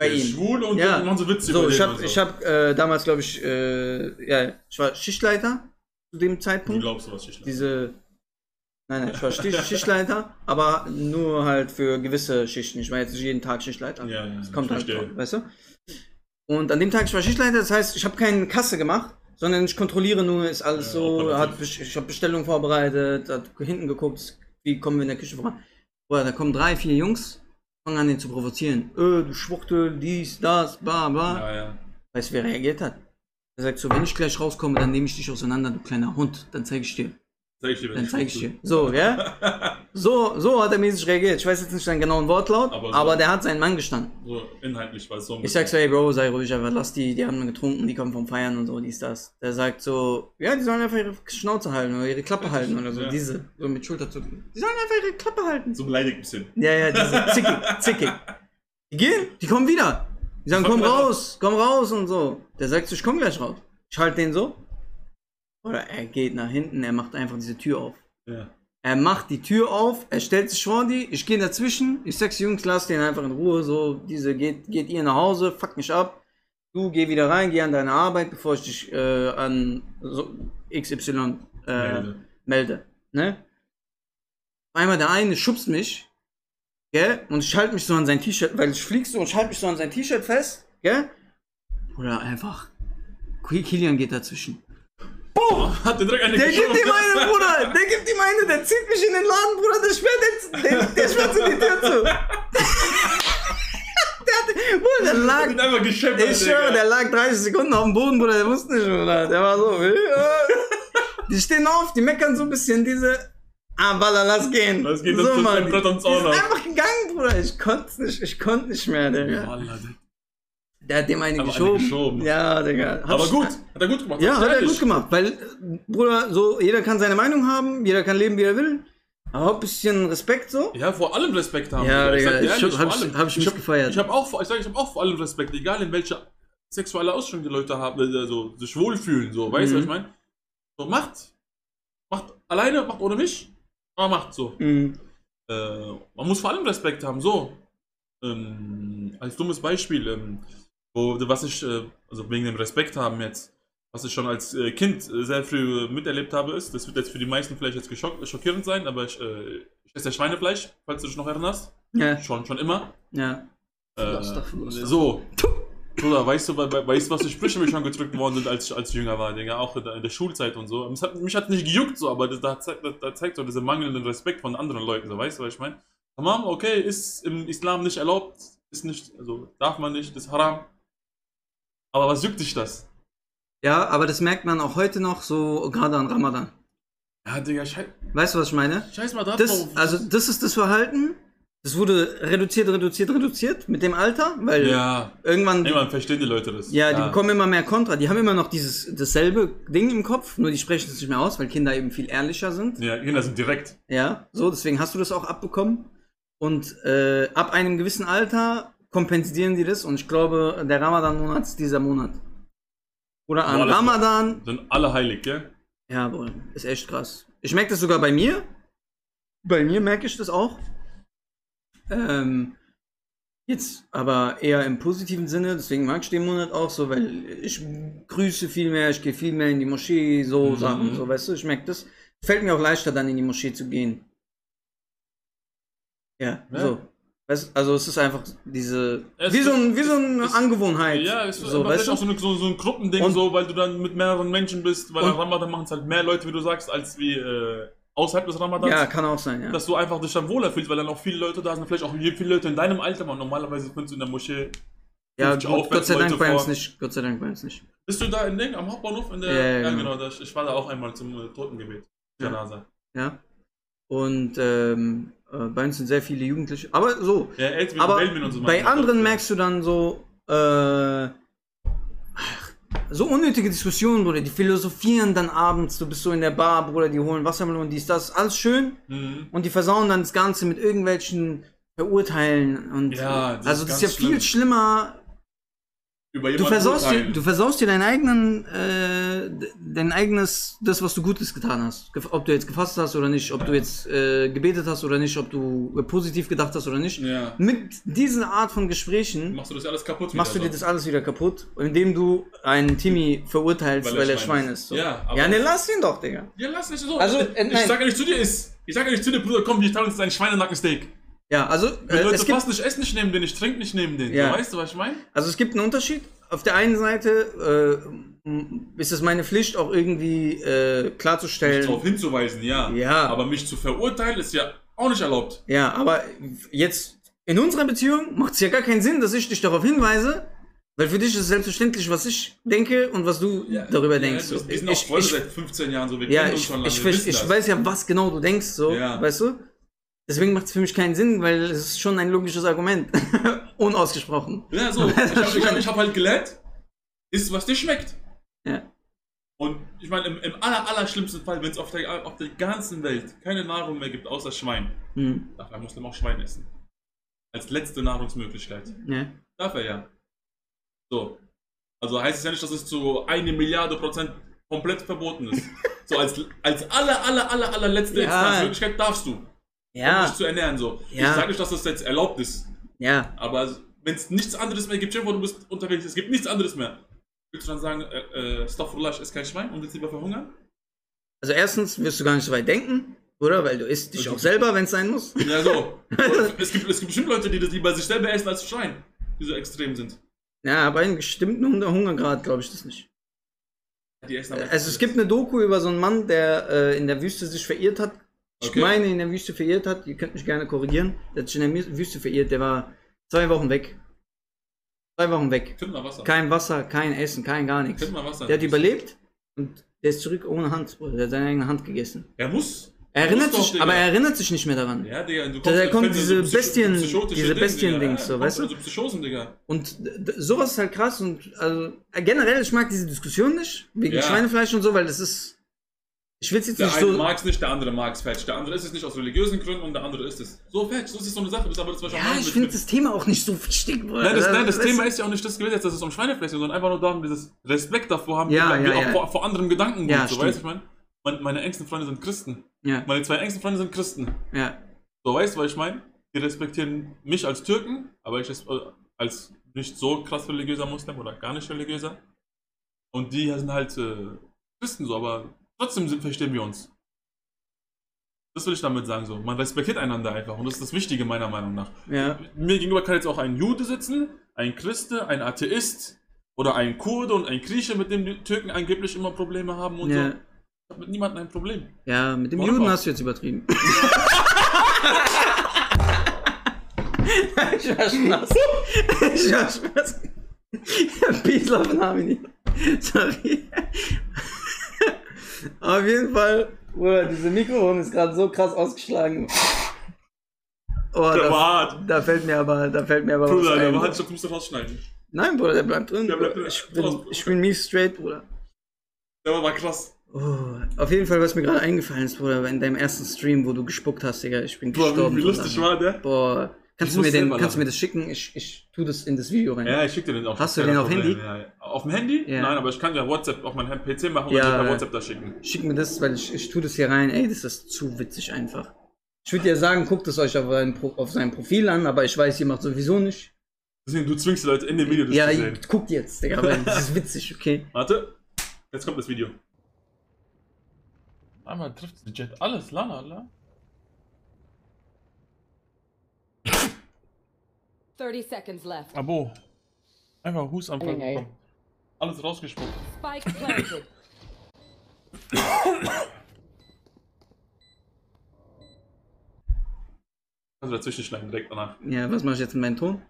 A: bei
B: Der ist
A: ihm.
B: Schwul und
A: Ja.
B: machen so Witze
A: So,
B: über
A: ich
B: den
A: habe
B: und
A: ich hab, äh, damals, glaube ich, äh, ja, ich war Schichtleiter zu dem
B: Du
A: Zeitpunkt.
B: glaubst was ich glaube.
A: Diese. Nein, nein, ich war Stich- Schichtleiter, aber nur halt für gewisse Schichten. Ich war jetzt nicht jeden Tag Schichtleiter.
B: Ja, ja,
A: das kommt
B: ich
A: halt
B: verstehe.
A: drauf, weißt du? Und an dem Tag, ich war Schichtleiter, das heißt, ich habe keine Kasse gemacht, sondern ich kontrolliere nur, ist alles
B: Ja,
A: so,
B: operativ.
A: hat, Bes- ich habe Bestellungen vorbereitet, hat hinten geguckt, wie kommen wir in der Küche voran. Boah, da kommen drei, vier Jungs, fangen an, den zu provozieren. Öh, du Schwuchtel, dies, das, bla, bla.
B: Ja, ja.
A: Weißt du, wer reagiert hat? Er sagt so, wenn ich gleich rauskomme, dann nehme ich dich auseinander, du kleiner Hund. Dann zeige ich dir.
B: Zeig ich dir, wenn
A: Dann
B: ich
A: zeige ich
B: schwul
A: dir. So, ja? So, so hat er mäßig reagiert. Ich weiß jetzt nicht seinen genauen Wortlaut, aber,
B: Aber so.
A: der hat seinen Mann gestanden.
B: bin. So inhaltlich, weil es so ein
A: Ich sag so, ey Bro, sei ruhig, aber lass die, die haben getrunken, die kommen vom Feiern und so, dies, das. Der sagt so, ja, die sollen einfach ihre Schnauze halten oder ihre Klappe halten oder so,
B: Ja.
A: diese, so mit Schulterzucken. Die sollen einfach ihre Klappe halten.
B: so beleidigt ein bisschen.
A: Ja, ja, diese zickig, zickig. Die gehen, die kommen wieder. Die sagen, komm raus, komm raus und so. Der sagt so, ich komm gleich raus. Ich halte den so. Oder er geht nach hinten, er macht einfach diese Tür auf.
B: Ja.
A: Er macht die Tür auf, er stellt sich vor die, ich gehe dazwischen, ich sag's Jungs, lasst den einfach in Ruhe, so, diese, geht, geht ihr nach Hause, fuck mich ab. Du geh wieder rein, geh an deine Arbeit, bevor ich dich äh, an so, XY äh,
B: Melde.
A: melde. ne? Einmal der eine schubst mich, gell? Und ich halte mich so an sein T-Shirt, weil ich flieg so und ich halte mich so an sein T-Shirt fest, gell? Oder einfach. Kilian geht dazwischen.
B: Oh, Hat den direkt eine
A: Der gibt
B: geschoben.
A: ihm eine, Bruder! Der gibt ihm eine, der zieht mich in den Laden, Bruder, der sperrt jetzt, der, der sperrt so die Tür zu. Der hat, Bruder, der lag,
B: Sind einfach gescheppert,
A: ich schwöre, der lag 30 Sekunden auf dem Boden, Bruder, der wusste nicht, Bruder. Der war so, äh. die stehen auf, die meckern so ein bisschen, diese, ah, Baller, lass gehen.
B: Lass gehen,
A: so,
B: das tut
A: Mann.
B: ein Brett am
A: Die
B: Zaun
A: sind
B: ab.
A: einfach gegangen, Bruder, ich konnte nicht, ich konnte nicht mehr, Digga.
B: Wallah, Digga.
A: Der hat dem einen
B: Aber eine
A: geschoben.
B: geschoben.
A: Ja, Digga. Hab
B: Aber
A: ich-
B: gut, hat er gut gemacht.
A: ja, hat er
B: Ehrlich.
A: gut gemacht, weil, äh, Bruder, so, jeder kann seine Meinung haben, jeder kann leben, wie er will, aber ein bisschen Respekt so.
B: Ja, vor allem Respekt haben.
A: Ja,
B: Digga.
A: Digga,
B: sag dir
A: ich
B: ehrlich,
A: hab-
B: vor
A: hab ich-
B: allem.
A: hab ich mich
B: hab-
A: gefeiert.
B: Ich, hab auch, vor- ich sag, ich habe auch vor allem Respekt, egal in welcher sexuelle Ausstellung die Leute haben, äh, so, sich wohlfühlen, so, weißt
A: Mhm.
B: du, was ich meine? So, macht. Macht alleine, macht ohne mich, aber macht so.
A: Mhm.
B: Äh, man muss vor allem Respekt haben, so. Ähm, als dummes Beispiel, ähm, wo, was ich, äh, also wegen dem Respekt haben jetzt, was ich schon als äh, Kind äh, sehr früh äh, miterlebt habe, ist, das wird jetzt für die meisten vielleicht jetzt geschock, schockierend sein, aber ich, äh, ich esse ja Schweinefleisch, falls du dich noch erinnerst.
A: Ja,
B: Schon, schon immer.
A: ja.
B: Äh,
A: Laster, Laster.
B: so. Bruder, weißt du, we- we- weißt du, was für Sprüche mir schon gedrückt worden sind, als ich als ich jünger war, Digga, auch in der, in der Schulzeit und so. Es hat, mich hat nicht gejuckt so, aber das, da, zeigt, da, da zeigt so diesen mangelnden Respekt von anderen Leuten, so, weißt du, was ich meine? Tamam, okay, ist im Islam nicht erlaubt, ist nicht, also darf man nicht, ist haram. Aber was juckt dich das?
A: Ja, aber das merkt man auch heute noch so, gerade an Ramadan.
B: Ja, Digga, scheiß,
A: Weißt du, was ich meine?
B: scheiß mal da
A: Das, also, das ist das Verhalten. Das wurde reduziert, reduziert, reduziert mit dem Alter, weil
B: ja,
A: irgendwann.
B: irgendwann verstehen die Leute das.
A: ja, die bekommen immer mehr Kontra. Die haben immer noch dieses dasselbe Ding im Kopf, nur die sprechen es nicht mehr aus, weil Kinder eben viel ehrlicher sind.
B: Ja, Kinder sind direkt.
A: Ja, so, deswegen hast du das auch abbekommen. Und äh, ab einem gewissen Alter kompensieren die das und ich glaube, der Ramadan-Monat ist dieser Monat. Oder an
B: Boah, das-
A: Ramadan.
B: Sind alle heilig, gell?
A: Jawohl, ist echt krass. Ich merke das sogar bei mir. Bei mir merke ich das auch. Ähm, jetzt aber eher im positiven Sinne, deswegen mag ich den Monat auch so, weil ich grüße viel mehr, ich gehe viel mehr in die Moschee, so
B: Mhm.
A: Sachen, so weißt du, ich merke das. Fällt mir auch leichter, dann in die Moschee zu gehen. Ja,
B: Ja.
A: so. Weißt, also es ist einfach diese,
B: Es
A: wie so,
B: ist-
A: ein, wie so eine
B: es-
A: Angewohnheit.
B: Ja, es ist
A: so,
B: aber
A: weißt
B: vielleicht
A: du?
B: auch so, eine, so, so ein Gruppending,
A: Und-
B: so, weil du dann mit mehreren Menschen bist, weil
A: Und-
B: am Ramadan machen es halt mehr Leute, wie du sagst, als wie äh, außerhalb des Ramadans.
A: ja, kann auch sein, ja.
B: Dass du einfach dich dann wohler fühlst, weil dann auch viele Leute da sind, vielleicht auch viele Leute in deinem Alter, man. Normalerweise findest du in der Moschee.
A: Ja, gut,
B: 50
A: Gott sei
B: Aufwärtsleute
A: Dank bei uns
B: vor.
A: nicht. Gott sei Dank bei uns nicht.
B: Bist du da in Ding, am Hauptbahnhof? In der,
A: Ja, ja,
B: ja,
A: genau.
B: genau. Da, ich, ich war da auch einmal zum äh, Totengebet.
A: Ja.
B: Janaza.
A: Ja. Und ähm, äh, bei uns sind sehr viele Jugendliche. Aber so.
B: Ja, Eltern
A: aber
B: melden wir uns immer
A: bei
B: wieder.
A: anderen merkst du dann so, äh, ach, so unnötige Diskussionen, Bruder. Die philosophieren dann abends. Du bist so in der Bar, Bruder, die holen Wassermelon, dies, das. Alles schön.
B: Mhm.
A: Und die versauen dann das Ganze mit irgendwelchen Verurteilen. Und
B: Ja, das
A: also
B: ist
A: das ist ja
B: ganz
A: viel
B: schlimm.
A: schlimmer,
B: Über
A: Du
B: jemanden
A: versaust, dir,
B: urteilen.
A: du versaust dir deinen eigenen, äh, d- dein eigenes, das, was du Gutes getan hast. Gef- Ob du jetzt gefasst hast oder nicht, ob du jetzt äh, gebetet hast oder nicht, ob du äh, positiv gedacht hast oder nicht.
B: Ja.
A: Mit dieser Art von Gesprächen
B: Machst du das alles kaputt?
A: machst du
B: wieder,
A: dir
B: so.
A: das alles wieder kaputt, indem du einen Timmy verurteilst, weil, er Schwein ist. so.
B: Ja, aber-
A: ja, ne, lass ihn doch, Digga.
B: Ja, lass dich so.
A: Also,
B: Also,
A: äh,
B: ich
A: nein.
B: sag ja nicht zu dir, ist. Ich sag ja nicht zu dir, Bruder, komm, wir teilen uns dein Schweinenackensteak.
A: Ja, also,
B: Wenn
A: äh,
B: Leute
A: es gibt,
B: fast nicht essen, nicht nehmen den, ich trinke nicht neben den.
A: Ja.
B: So, weißt du, was ich meine?
A: also es gibt einen Unterschied. Auf der einen Seite äh, m- ist es meine Pflicht, auch irgendwie äh, klarzustellen,
B: Darauf hinzuweisen, ja.
A: Ja.
B: Aber mich zu verurteilen ist ja auch nicht erlaubt.
A: Ja, aber jetzt in unserer Beziehung macht es ja gar keinen Sinn, dass ich dich darauf hinweise, weil für dich ist es selbstverständlich, was ich denke und was du darüber denkst.
B: Ja,
A: so.
B: wir sind auch
A: ich,
B: Freunde
A: ich,
B: seit 15 Jahren, so wir
A: ja,
B: kennen uns
A: ich,
B: schon lange.
A: ich,
B: wir
A: ich,
B: wissen
A: ich
B: das.
A: weiß ja, was genau du denkst, so,
B: Ja.
A: weißt du? Deswegen macht es für mich keinen Sinn, weil es ist schon ein logisches Argument. Unausgesprochen.
B: Ja, so. Ich habe ich hab, ich hab halt gelernt, ist was dir schmeckt.
A: Ja.
B: Und ich meine, im, im aller, aller schlimmsten Fall, wenn es auf der, auf der ganzen Welt keine Nahrung mehr gibt, außer Schwein,
A: Hm.
B: darf ein Muslim auch Schwein essen. Als letzte Nahrungsmöglichkeit.
A: Ja.
B: Darf er ja. So. Also heißt es ja nicht, dass es zu eine Milliarde Prozent komplett verboten ist. so als, als aller, aller, aller, allerletzte
A: Ja.
B: Instanzmöglichkeit darfst du, um
A: Ja.
B: dich zu ernähren. So.
A: Ja.
B: Ich sage nicht, dass das jetzt erlaubt ist,
A: ja.
B: aber wenn es nichts anderes mehr gibt, stell dir vor, du bist unterwegs, es gibt nichts anderes mehr. Willst du dann sagen, äh, äh, Staffurlash ist kein Schwein und willst lieber um verhungern?
A: Also erstens wirst du gar nicht so weit denken. Oder? Weil du isst dich auch selber, wenn es sein muss.
B: Ja, so. Und es, gibt, es gibt bestimmt Leute, die das lieber sich selber essen als schreien, die so extrem sind.
A: Ja, aber einen bestimmten Hunger- Hungergrad glaube ich das nicht.
B: Die essen aber
A: Also es gibt eine Doku über so einen Mann, der äh, in der Wüste sich verirrt hat. Ich
B: Okay.
A: meine, in der Wüste verirrt hat. Ihr könnt mich gerne korrigieren. Der hat sich in der Mü- Wüste verirrt. Der war zwei Wochen weg. Zwei Wochen weg.
B: Kipp mal Wasser.
A: Kein Wasser, kein Essen, kein gar nichts.
B: Kipp mal Wasser.
A: Der hat überlebt und der ist zurück ohne Hand. Oder der hat seine eigene Hand gegessen.
B: Er muss.
A: Er erinnert
B: Muss doch,
A: sich,
B: Digga.
A: aber er erinnert sich nicht mehr daran.
B: Ja, Digga, du
A: da
B: ins
A: kommen
B: Fernsehen,
A: diese
B: psycho-
A: Bestien-
B: psychotische
A: diese
B: Ding,
A: Bestien-Dings,
B: Digga.
A: so,
B: Ja,
A: weißt du?
B: So Psychosen, Digga.
A: Und d- d- sowas ist halt krass und also äh, generell, ich mag diese Diskussion nicht, wegen
B: Ja.
A: Schweinefleisch und so, weil das ist. Ich will es jetzt
B: Der
A: nicht
B: eine
A: so.
B: mag's nicht, der andere mag's falsch. Der andere ist es nicht aus religiösen Gründen und der andere ist es. So falsch, so ist es so eine Sache. Das ist aber das, was ich
A: Ja,
B: meinte
A: ich
B: mit-
A: finde das Thema auch nicht so wichtig. Bruder.
B: Nein, das, nein, das
A: Weißt du?
B: Thema ist ja auch nicht das gewesen, jetzt, dass es um Schweinefleisch geht, sondern einfach nur darum, dieses Respekt davor haben,
A: Ja,
B: wie- wie
A: ja,
B: auch
A: ja.
B: Vor, vor anderen Gedanken.
A: Ja,
B: und so,
A: stimmt.
B: weißt du, ich meine, meine, meine engsten Freunde sind Christen.
A: Ja,
B: Meine zwei engsten Freunde sind Christen.
A: ja,
B: So, weißt du, was ich meine? Die respektieren mich als Türken, aber ich res- äh, als nicht so krass religiöser Muslim oder gar nicht religiöser. Und die sind halt äh, Christen so, aber trotzdem sind, verstehen wir uns. Das will ich damit sagen so. Man respektiert einander einfach und das ist das Wichtige meiner Meinung nach.
A: ja.
B: Mir gegenüber kann jetzt auch ein Jude sitzen, ein Christe, ein Atheist oder ein Kurde und ein Grieche, mit dem die Türken angeblich immer Probleme haben und so.
A: Ja,
B: Ich habe mit niemandem ein Problem.
A: ja, mit dem
B: Wunderbar.
A: Juden hast du jetzt übertrieben. ich war Spaß. Ich war Spaß. Peace, love and harmony. Sorry. Auf jeden Fall, Bruder, diese Mikrofon ist gerade so krass ausgeschlagen. Oh,
B: Der
A: da,
B: war hart.
A: da fällt mir aber, da fällt mir aber
B: Bruder,
A: was
B: der
A: ein.
B: war hart, ich musst du rausschneiden.
A: Nein, Bruder, der bleibt drin.
B: Der bleibt
A: Bruder.
B: drin.
A: Ich bin, ich bin mies straight, Bruder.
B: Der war, war krass.
A: Oh, auf jeden Fall, was mir gerade eingefallen ist, Bruder, in deinem ersten Stream, wo du gespuckt hast, Digga, ich bin
B: Boah,
A: gestorben.
B: wie, wie
A: von
B: lustig
A: Lachen.
B: war der?
A: Boah, kannst
B: Ich
A: du mir, den,
B: muss selber
A: kannst du mir
B: lachen.
A: das schicken? Ich, ich tu das in das Video rein.
B: Ja, ich schick dir den auf
A: Hast du
B: kein
A: den auf
B: Problem,
A: Handy?
B: Ja. ja. Auf dem Handy?
A: Ja.
B: Nein, aber ich kann ja WhatsApp auf meinem PC machen und
A: Ja.
B: ja. per WhatsApp da schicken.
A: Schick mir das, weil ich, ich tu das hier rein. Ey, das ist zu witzig einfach. Ich würde dir sagen, guckt es euch auf, sein Pro, auf seinem Profil an, aber ich weiß, ihr macht sowieso nicht.
B: Deswegen, du zwingst die Leute in dem Video das
A: ja,
B: zu
A: ihr-
B: sehen.
A: guckt jetzt, Digga, weil das ist witzig, okay?
B: Warte, jetzt kommt das Video. Einmal trifft sie Jet alles, lala, la.
C: 30 seconds left.
B: Abo. Einfach Hus am
C: Nein, nein.
B: Komm. Alles rausgespuckt.
C: Spike planted.
B: Also dazwischen schneiden direkt danach.
A: Ja, was mache ich jetzt mit meinem Ton?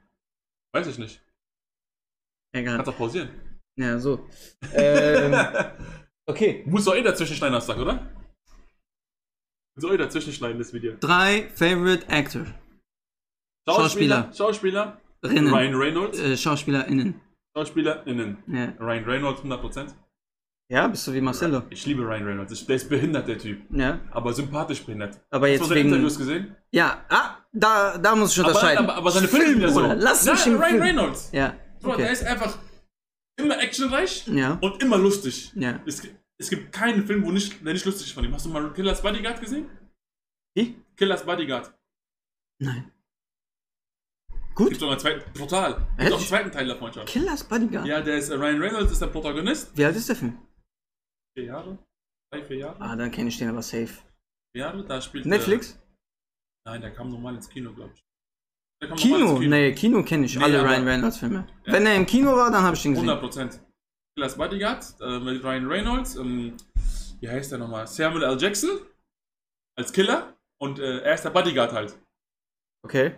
B: Weiß ich nicht.
A: Egal.
B: Kannst auch pausieren.
A: Ja, so. ähm, okay.
B: Muss doch eh dazwischen schneiden, hast du gesagt, oder? Muss doch eh dazwischen schneiden, das Video.
A: Drei Favorite Actor. Schauspieler.
B: Schauspieler.
A: Rinnen.
B: Ryan Reynolds.
A: Äh, SchauspielerInnen.
B: SchauspielerInnen.
A: Ja.
B: Ryan Reynolds 100%.
A: ja, bist du wie Marcello.
B: Ich liebe Ryan Reynolds. Ich, der ist behindert, der Typ.
A: Ja,
B: Aber sympathisch behindert.
A: aber
B: Hast
A: jetzt
B: du seine
A: wegen.
B: Interviews gesehen?
A: Ja, ah, da, da muss ich
B: Aber,
A: unterscheiden.
B: aber, aber seine Filme wieder so.
A: Bruder, lass mich
B: Nein,
A: im
B: Ryan
A: Film.
B: Reynolds.
A: Ja,
B: Bruder, Der
A: okay.
B: ist einfach immer actionreich
A: Ja,
B: und immer lustig.
A: ja.
B: Es, gibt- es gibt keinen Film, wo nicht, der nicht lustig ist von ihm. Hast du mal Killers Bodyguard gesehen?
A: Wie?
B: Killers Bodyguard.
A: Nein.
B: Gibt doch einen zweiten. Brutal. Gibt
A: Echt?
B: auch einen zweiten Teil davon schon.
A: Killers Bodyguard.
B: Ja, der ist äh, Ryan Reynolds, ist der Protagonist.
A: Wie alt ist der Film?
B: Vier Jahre. Drei, vier Jahre.
A: Ah, dann kenne ich den aber safe.
B: Vier Jahre. Da spielt äh,
A: Netflix?
B: Nein, der kam normal ins Kino, glaube ich. Der kam normal
A: Kino?
B: ins
A: Nee, Kino kenne ich.
B: Nee,
A: Alle
B: aber-
A: Ryan Reynolds Filme.
B: Ja.
A: Wenn er im Kino war, dann habe ich den gesehen.
B: 100 Prozent. Killers Bodyguard äh, mit Ryan Reynolds. Ähm, wie heißt der nochmal? Samuel L. Jackson als Killer und äh, er ist der Bodyguard halt.
A: Okay.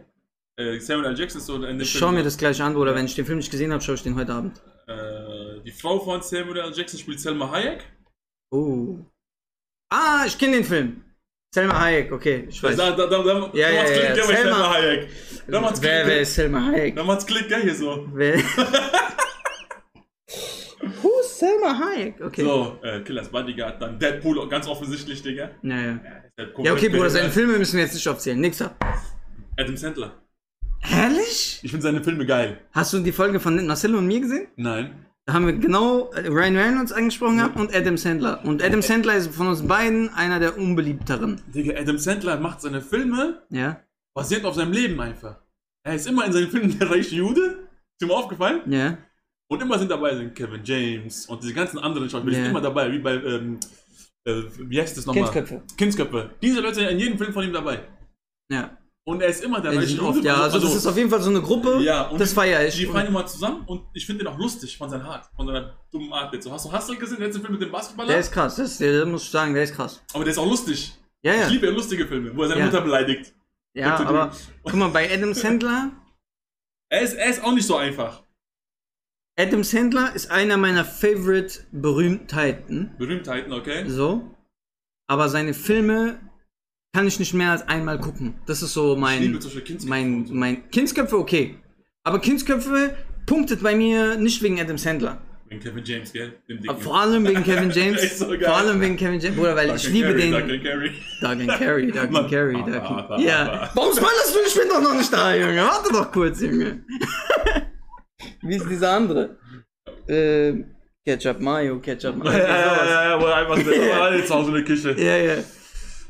B: Äh, Samuel L. Jackson ist so in dem
A: Ich
B: Film-
A: schaue mir das gleich an, Bruder. Wenn ich den Film nicht gesehen habe, schaue ich den heute Abend.
B: Äh, die Frau von Samuel L. Jackson spielt Selma Hayek.
A: Oh. Ah, ich kenne den Film. Selma Hayek, okay, ich
B: Da,
A: weiß.
B: Also da, da, da, damals
A: Ja, ja,
B: Klick,
A: ja,
B: gell, bei
A: Selma-
B: Selma Hayek. Damals Klick,
A: Wer, wer
B: gell?
A: ist Selma Hayek?
B: damals Klick, gell, hier so.
A: Wer? Who is Selma Hayek? Okay.
B: So, äh, Killers Bodyguard, dann Deadpool, ganz offensichtlich, Digga.
A: Naja.
B: Der
A: Ja, okay, Bruder, seine
B: Film.
A: Filme müssen wir jetzt nicht aufzählen. Nix ab.
B: Adam Sandler.
A: Herrlich?
B: Ich finde seine Filme geil.
A: Hast du die Folge von Marcelo und mir gesehen?
B: Nein.
A: Da haben wir genau äh, Ryan Reynolds angesprochen gehabt und Adam Sandler. Und Adam Sandler ist von uns beiden einer der unbeliebteren.
B: Digga, Adam Sandler macht seine Filme
A: Ja?
B: basierend auf seinem Leben einfach. Er ist immer in seinen Filmen der reiche Jude. Ist dir mal aufgefallen?
A: Ja?
B: Und immer sind dabei sind Kevin James und diese ganzen anderen Schauspieler sind
A: Ja.
B: immer dabei, wie bei ähm, äh, wie heißt das nochmal?
A: Kindsköpfe.
B: Kindsköpfe. Diese Leute sind in jedem Film von ihm dabei.
A: Ja.
B: Und er ist immer der
A: Ja,
B: Reiche.
A: oft, ja, also, das ist auf jeden Fall so eine Gruppe.
B: ja, und
A: das feiere
B: die
A: ich.
B: fahren immer zusammen und ich finde den auch lustig von seiner Art, von seiner dummen Art. Jetzt. So, Hast du Hustle gesehen, den letzten Film mit dem Basketballer?
A: Der ist krass, das, der, der muss ich sagen, der ist krass.
B: aber der ist auch lustig.
A: Ja, ja.
B: Ich liebe ja lustige Filme, wo er seine
A: Ja.
B: Mutter beleidigt.
A: Ja,
B: Bitte,
A: aber
B: du.
A: guck mal, bei Adam Sandler,
B: Er ist, er ist auch nicht so einfach.
A: Adam Sandler ist einer meiner favorite Berühmtheiten.
B: Berühmtheiten, okay?
A: So. Aber seine Filme kann ich nicht mehr als einmal gucken. Das ist so
B: Ich liebe
A: mein.
B: zum Beispiel Kindsköpfe und
A: Mein,
B: so.
A: mein. Kindsköpfe, okay. Aber Kindsköpfe punktet bei mir nicht wegen Adam Sandler.
B: Wegen Kevin James, gell? Dem
A: Aber
B: Dicken.
A: vor allem wegen Kevin James.
B: Der ist so geil.
A: vor allem wegen Kevin James. Bruder, weil
B: Duncan
A: ich liebe
B: Carey,
A: den.
B: Duncan Carey.
A: Doug and Carry, Doug and
B: Mann.
A: Carry,
B: Ah,
A: Doug
B: ah, ah,
A: and Ja.
B: ah.
A: Warum spoilerst du? Ich bin doch noch nicht da, Junge. Warte doch kurz, Junge. Wie ist dieser andere? Ähm, Ketchup Mayo, Ketchup Mayo.
B: Ja, ja,
A: sowas.
B: ja, ja, wo er einfach so alle zu Hause in der Küche.
A: Ja, ja.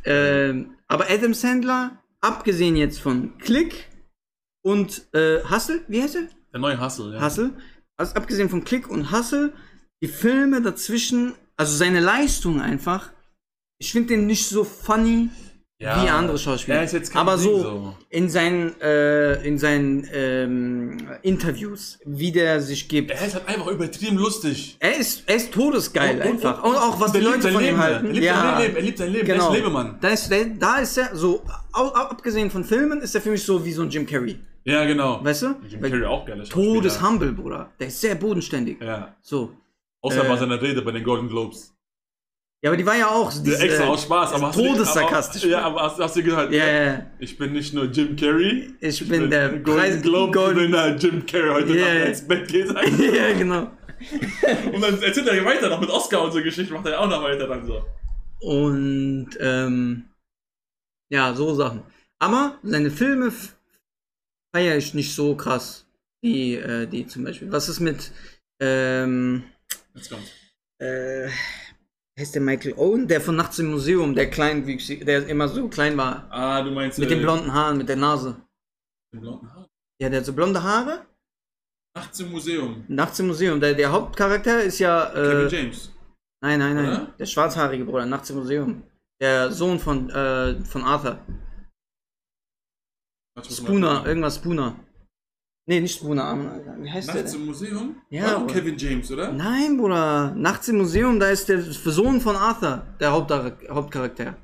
A: Ähm, aber Adam Sandler, abgesehen jetzt von Click und äh, Hustle, wie heißt er?
B: Der neue Hustle, ja.
A: Hustle. Also abgesehen von Click und Hustle, die Filme dazwischen, also seine Leistung einfach, ich finde den nicht so funny
B: Ah. Ja.
A: wie andere Schauspieler.
B: Er ist jetzt kein
A: Aber
B: Ding
A: so,
B: so.
A: in seinen, äh, in seinen ähm, Interviews, wie der sich gibt.
B: Er ist halt einfach übertrieben lustig.
A: Er ist, er ist todesgeil einfach. Und, auch was die
B: der
A: Leute
B: liebt sein
A: von
B: Leben,
A: ihm halten.
B: Er liebt sein Leben, er liebt sein Leben,
A: genau.
B: er ist Lebemann.
A: Da ist, der, da ist er so, au- au- abgesehen von Filmen, ist er für mich so wie so ein Jim Carrey.
B: Ja, genau.
A: Weißt du?
B: Jim
A: Weil
B: Carrey auch geiler Schauspieler.
A: Todeshumble, Bruder. Der ist sehr bodenständig.
B: Ja.
A: So.
B: Außer
A: Äh,
B: bei seiner Rede bei den Golden Globes.
A: Ja, aber die war ja auch. Diese,
B: Extra aus Spaß, aber hast du-
A: todessarkastisch. ne?
B: aber- Ja, aber hast, hast du gehört?
A: Ja, ja, ja.
B: Ich bin nicht nur Jim Carrey.
A: Ich bin der Preis-
B: Golden Globe
A: Golden-
B: Gewinner Jim Carrey heute
A: Ja,
B: Nacht
A: ja.
B: ins Bett geht.
A: ja, genau.
B: Und dann erzählt er ja weiter noch mit Oscar und so Geschichten, macht er ja auch noch weiter dann so.
A: Und ähm, ja, so Sachen. Aber seine Filme f- feiere ich nicht so krass. Die, äh, die zum Beispiel. Was ist mit ähm,
B: Jetzt kommt.
A: äh, heißt der Michael Owen? Der von Nachts im Museum, der kleinwüchsige, der immer so klein war.
B: Ah, du meinst.
A: Mit
B: äh,
A: den blonden Haaren, mit der Nase.
B: den blonden Haaren.
A: Ja, der hat so blonde Haare.
B: Nachts im Museum.
A: Nachts im Museum. Der, der Hauptcharakter ist ja.
B: Kevin
A: Äh,
B: James.
A: nein, nein, nein.
B: Oder?
A: Der schwarzhaarige Bruder, Nachts im Museum. Der Sohn von, äh, von Arthur.
B: Warte, warte mal.
A: Spooner, irgendwas Spooner. Nee, nicht Spooner, aber wie heißt der
B: Nachts
A: denn?
B: im Museum?
A: Äh, Ja, Mhm.
B: War auch
A: aber-
B: Kevin James, oder?
A: Nein, Bruder. Nachts im Museum, da ist der Sohn von Arthur, der Hauptchar- Hauptcharakter.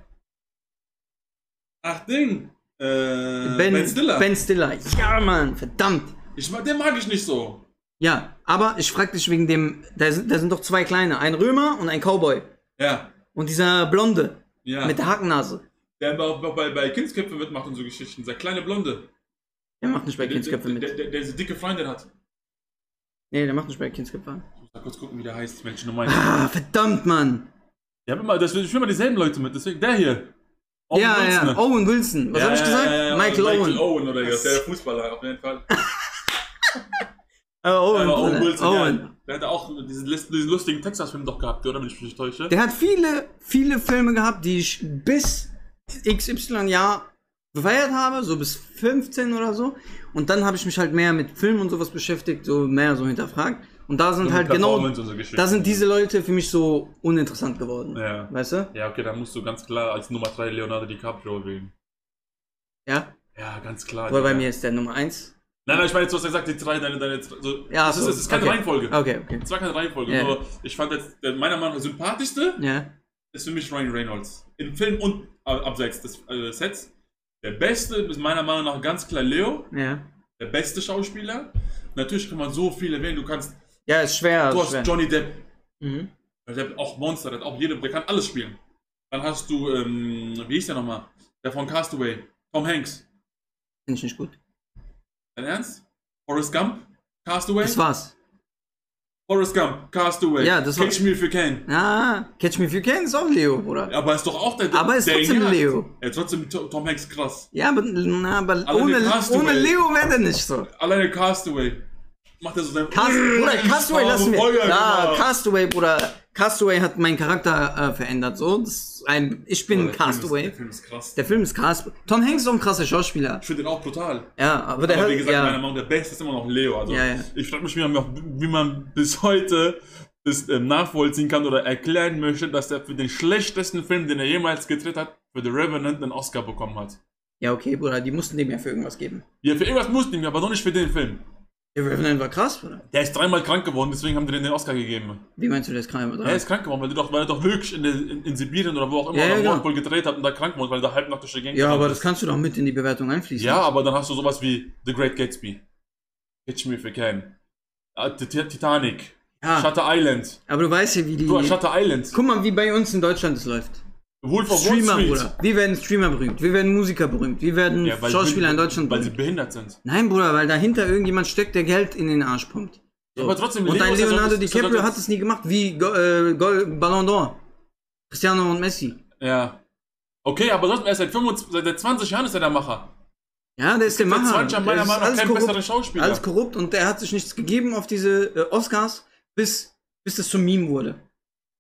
B: Ach, Ding. Äh, ben,
A: ben,
B: Stiller.
A: Ben Stiller. Ja, Mann, verdammt.
B: Ich, mag- den mag ich nicht so.
A: Ja, aber ich frag dich wegen dem, da sind, da sind doch zwei Kleine, ein Römer und ein Cowboy.
B: Ja.
A: Und dieser Blonde
B: Ja.
A: mit der Hakennase.
B: der immer auch bei, bei Kindsköpfe mitmacht und so Geschichten. Dieser kleine Blonde.
A: Der macht nicht bei
B: Der, der,
A: Kindsköpfe
B: der,
A: mit.
B: der, der diese dicke Freundin hat.
A: Nee, der macht nicht bei Kindsköpfe. an.
B: Ich muss mal kurz gucken, wie der heißt, Mensch, nur meine.
A: Ah, verdammt, Mann.
B: Ich hab immer, das ich immer dieselben Leute mit, deswegen der hier. Owen
A: ja,
B: Wilson.
A: ja, Owen Wilson. Was
B: Ja,
A: hab ich
B: ja,
A: gesagt?
B: ja, ja,
A: Michael,
B: Michael
A: Owen.
B: Owen. oder irgendwas, der Fußballer auf jeden Fall.
A: Äh, Owen,
B: Aber Owen
A: Bruder.
B: Wilson,
A: Owen.
B: Ja, der hat auch diesen, list- diesen lustigen Texas-Film doch gehabt, oder? Wenn ich mich nicht täusche.
A: Der hat viele, viele Filme gehabt, die ich bis XY Jahr gefeiert habe, so bis 15 oder so. Und dann habe ich mich halt mehr mit Film und sowas beschäftigt, so mehr so hinterfragt. Und da sind
B: Und
A: halt genau,
B: Performance und so Geschichten.
A: da sind diese Leute für mich so uninteressant geworden.
B: Ja.
A: Weißt du?
B: ja, okay, dann musst du ganz klar als Nummer 3 Leonardo DiCaprio wählen.
A: Ja.
B: Ja, ganz klar.
A: Aber bei
B: Digga.
A: mir ist der Nummer 1.
B: Nein, nein, ich meine, jetzt, du hast ja gesagt, die drei, deine, deine. So,
A: Ja,
B: das,
A: so,
B: ist, das ist keine
A: okay.
B: Reihenfolge.
A: Okay, okay.
B: Das war keine Reihenfolge.
A: Ja.
B: Nur, ich fand jetzt, der, meiner Meinung nach, sympathischste
A: Ja.
B: ist für mich Ryan Reynolds. Im Film und äh, abseits des äh, Sets. Der beste ist meiner Meinung nach ganz klar Leo,
A: Ja.
B: der beste Schauspieler. Natürlich kann man so viele wählen. Du kannst,
A: Ja, ist schwer.
B: du
A: ist
B: hast
A: schwer.
B: Johnny Depp,
A: mhm.
B: der hat auch Monster, der hat auch jede, der kann alles spielen. Dann hast du, ähm, wie hieß der nochmal? Der von Castaway, Tom Hanks.
A: Finde ich nicht gut.
B: Dein Ernst? Forrest Gump, Castaway.
A: Das war's.
B: Forrest Gump, Castaway.
A: Ja, das war-
B: Catch Me If You Can.
A: Ah, Catch Me If You Can ist auch Leo, Bruder.
B: Aber ist doch auch der.
A: Aber ist
B: der
A: trotzdem
B: Engel.
A: Leo.
B: Ja, trotzdem To- Tom Hanks krass.
A: Ja, aber, na, aber
B: Aber
A: ohne,
B: den hast du,
A: ohne
B: ey.
A: Leo wäre der nicht so.
B: Alleine Castaway. Macht er so sein.
A: Cast Bruder, Castaway lassen wir. Ja, Castaway, Bruder. Castaway hat meinen Charakter äh, verändert. So, das ist ein, ich bin ein Castaway.
B: Der Film ist krass.
A: Der Film ist krass. Tom Hanks ist auch ein krasser Schauspieler.
B: Ich finde den auch brutal.
A: Ja, aber der
B: Aber
A: hat.
B: wie gesagt, meiner
A: Ja,
B: Meinung nach, der Beste ist immer noch Leo. Also
A: Ja, ja.
B: ich frage mich, wie man, wie man bis heute es äh, nachvollziehen kann oder erklären möchte, dass er für den schlechtesten Film, den er jemals gedreht hat, für The Revenant einen Oscar bekommen hat.
A: Ja, okay, Bruder, die mussten dem ja für irgendwas geben.
B: Ja, für irgendwas mussten ihm, aber doch nicht für den Film.
A: Der Revenant war krass, Bruder.
B: Der ist dreimal krank geworden, deswegen haben die denen den Oscar gegeben.
A: Wie meinst du das Crime?
B: Er ist krank geworden, weil, die doch, weil er doch wirklich in, der, in, in Sibirien oder wo auch immer
A: Ja, ja,
B: oder
A: genau.
B: Nordpol gedreht hat und da krank wurde, weil er da halb nach durch die Gegend
A: Ja,
B: gerannt
A: aber
B: ist.
A: das kannst du doch mit in die Bewertung einfließen.
B: Ja, aber dann hast du sowas wie The Great Gatsby. Catch Me If You Can. Ah, Ti- Ti- Titanic.
A: ja
B: Shutter Island.
A: aber du weißt ja, wie die.
B: Du, Shutter Island.
A: Guck mal, wie bei uns in Deutschland es läuft.
B: Wolf of Wall
A: Streamer,
B: Street.
A: Bruder. Wir werden Streamer berühmt. Wir werden Musiker berühmt. Wir werden
B: Ja, weil sie-
A: Schauspieler in Deutschland
B: Weil sie
A: berühmt.
B: behindert sind.
A: Nein, Bruder, weil dahinter irgendjemand steckt, der Geld in den Arsch pumpt. So.
B: aber trotzdem,
A: und
B: Leo
A: ein
B: ist ja so-
A: Leonardo
B: ist ja so-
A: DiCaprio hat es nie gemacht, wie Go äh, Gol Ballon d'Or. Cristiano und Messi.
B: Ja. Okay, aber trotzdem, er ist seit, 25, seit- seit 20 Jahren ist er der Macher.
A: Ja, der ist der
B: Seit
A: Macher.
B: 20 Jahren
A: Der
B: meiner
A: ist
B: Meinung nach
A: alles
B: kein
A: korrupt.
B: besserer Schauspieler.
A: Alles korrupt und der hat sich nichts gegeben auf diese äh, Oscars, bis, bis das zum Meme wurde.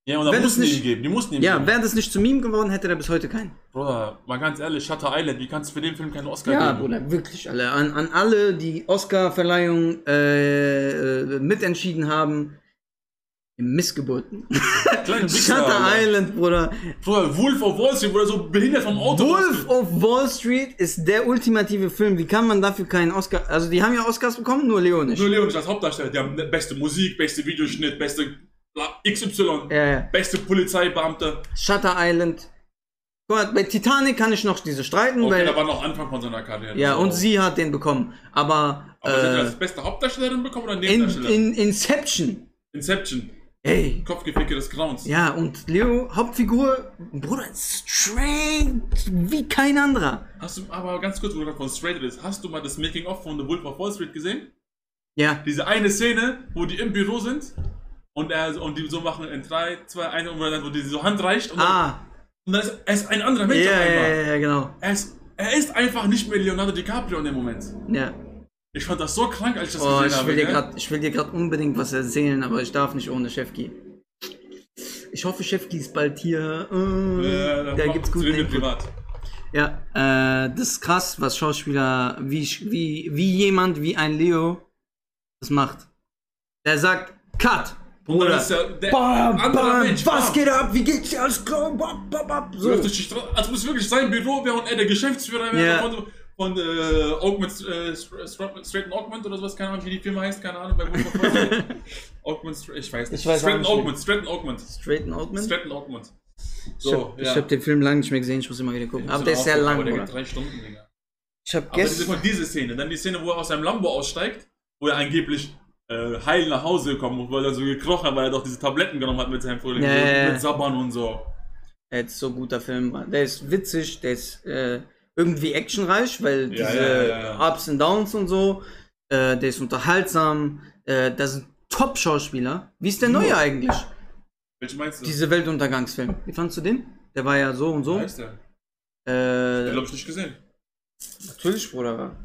B: Ja, und da
A: Wenn es
B: mussten die
A: nicht-
B: ihn geben. Die mussten ihn
A: Ja,
B: geben.
A: wäre das nicht zum Meme geworden, hätte der bis heute keinen.
B: Bruder, mal ganz ehrlich, Shutter Island, wie kannst du für den Film keinen Oscar
A: Ja,
B: geben?
A: Ah, Bruder, wirklich alle. An, an alle, die Oscar-Verleihung äh, äh, mitentschieden haben. Missgeburten.
B: Kleine Wichser,
A: Shutter
B: Alter.
A: Island, Bruder.
B: Bruder, Wolf of Wall Street, Bruder, so behindert vom Auto.
A: Wolf of Wall Street ist der ultimative Film. Wie kann man dafür keinen Oscar? Also, die haben ja Oscars bekommen, nur Leo nicht.
B: Nur Leon ist als Hauptdarsteller, die haben beste Musik, beste Videoschnitt, beste bla- XY,
A: Ja, ja.
B: beste Polizeibeamte.
A: Shutter Island. Guck mal, bei Titanic kann ich noch diese streiten,
B: Okay,
A: weil.
B: da war noch Anfang von seiner Karriere.
A: Ja,
B: So.
A: und sie hat den bekommen. Aber,
B: Aber sind
A: äh,
B: das beste Hauptdarstellerin bekommen oder
A: in,
B: Nebendarstellerin?
A: in Inception.
B: Inception,
A: Ey.
B: Kopfgeficke des Grauens.
A: Ja, und Leo, Hauptfigur, Bruder, straight wie kein anderer.
B: Hast du aber ganz kurz, wo du gerade von Straight redest, hast du mal das Making-of von The Wolf of Wall Street gesehen?
A: Ja,
B: Diese eine Szene, wo die im Büro sind und, er, und die so machen in 3, 2, 1 und dann, wo die so Hand reicht und,
A: ah,
B: dann, und dann ist er ist ein anderer
A: ja,
B: Mensch auf
A: ja,
B: einmal.
A: ja, ja, genau.
B: Er, ist, er ist einfach nicht mehr Leonardo DiCaprio in dem Moment.
A: Ja.
B: Ich fand das so krank, als ich das
A: Oh,
B: gesehen
A: ich
B: habe.
A: will, dir
B: gell?
A: grad, ich will dir gerade unbedingt was erzählen, aber ich darf nicht ohne Chefki. Ich hoffe, Chefki ist bald hier.
B: Äh,
A: Äh,
B: dann
A: da
B: mach-
A: gibt's guten
B: reden wir
A: Input.
B: privat.
A: Ja, äh, das ist krass, was Schauspieler, wie, sch- wie, wie jemand wie ein Leo das macht. Der sagt, Cut,
B: Oder
A: Bruder.
B: ist ja der
A: Bam,
B: andere
A: bam,
B: Mensch.
A: was
B: bam.
A: geht ab? Wie geht's dir? Alles klar? Bam, bam, bam.
B: So.
A: So.
B: läuft durch die Straße, als ob es Also, wirklich sein Büro wäre und er der Geschäftsführer wäre
A: Ja.
B: von, von äh, Augment, äh, Stra- Stra- Straighten Augment oder sowas, keine Ahnung, wie die Firma heißt, keine Ahnung, bei Wolf of Wall Street. Augment, Stra- ich weiß nicht.
A: Ich weiß auch
B: Straighten
A: nicht mehr.
B: Augment, Straighten Augment.
A: Straighten Oatman?
B: Straighten Augment.
A: ich
B: So,
A: hab, ich hab den Film lange nicht mehr gesehen, ich muss immer wieder gucken. Aber der ist sehr lang,
B: Aber der
A: Bruder.
B: geht drei Stunden, Digga.
A: Ich hab
B: Aber diese,
A: gestern...
B: von diese Szene, dann die Szene, wo er aus seinem Lambo aussteigt, wo er angeblich äh, heil nach Hause gekommen ist, weil er so gekrochen hat, weil er doch diese Tabletten genommen hat mit seinem Frühling,
A: Ja, ja, ja.
B: mit Sabbern und so.
A: Der ist so ein guter Film. Mann. Der ist witzig, der ist äh, irgendwie actionreich, weil
B: Ja,
A: diese
B: ja, ja, ja.
A: Ups und Downs und so. Äh, der ist unterhaltsam. Äh, das sind Top-Schauspieler. Wie ist der neue eigentlich?
B: Welche meinst du?
A: Diese Weltuntergangsfilm. Wie fandst du den? Der war ja so und so.
B: Wie heißt der? Den
A: Äh,
B: hab ich nicht gesehen.
A: natürlich, Bruder.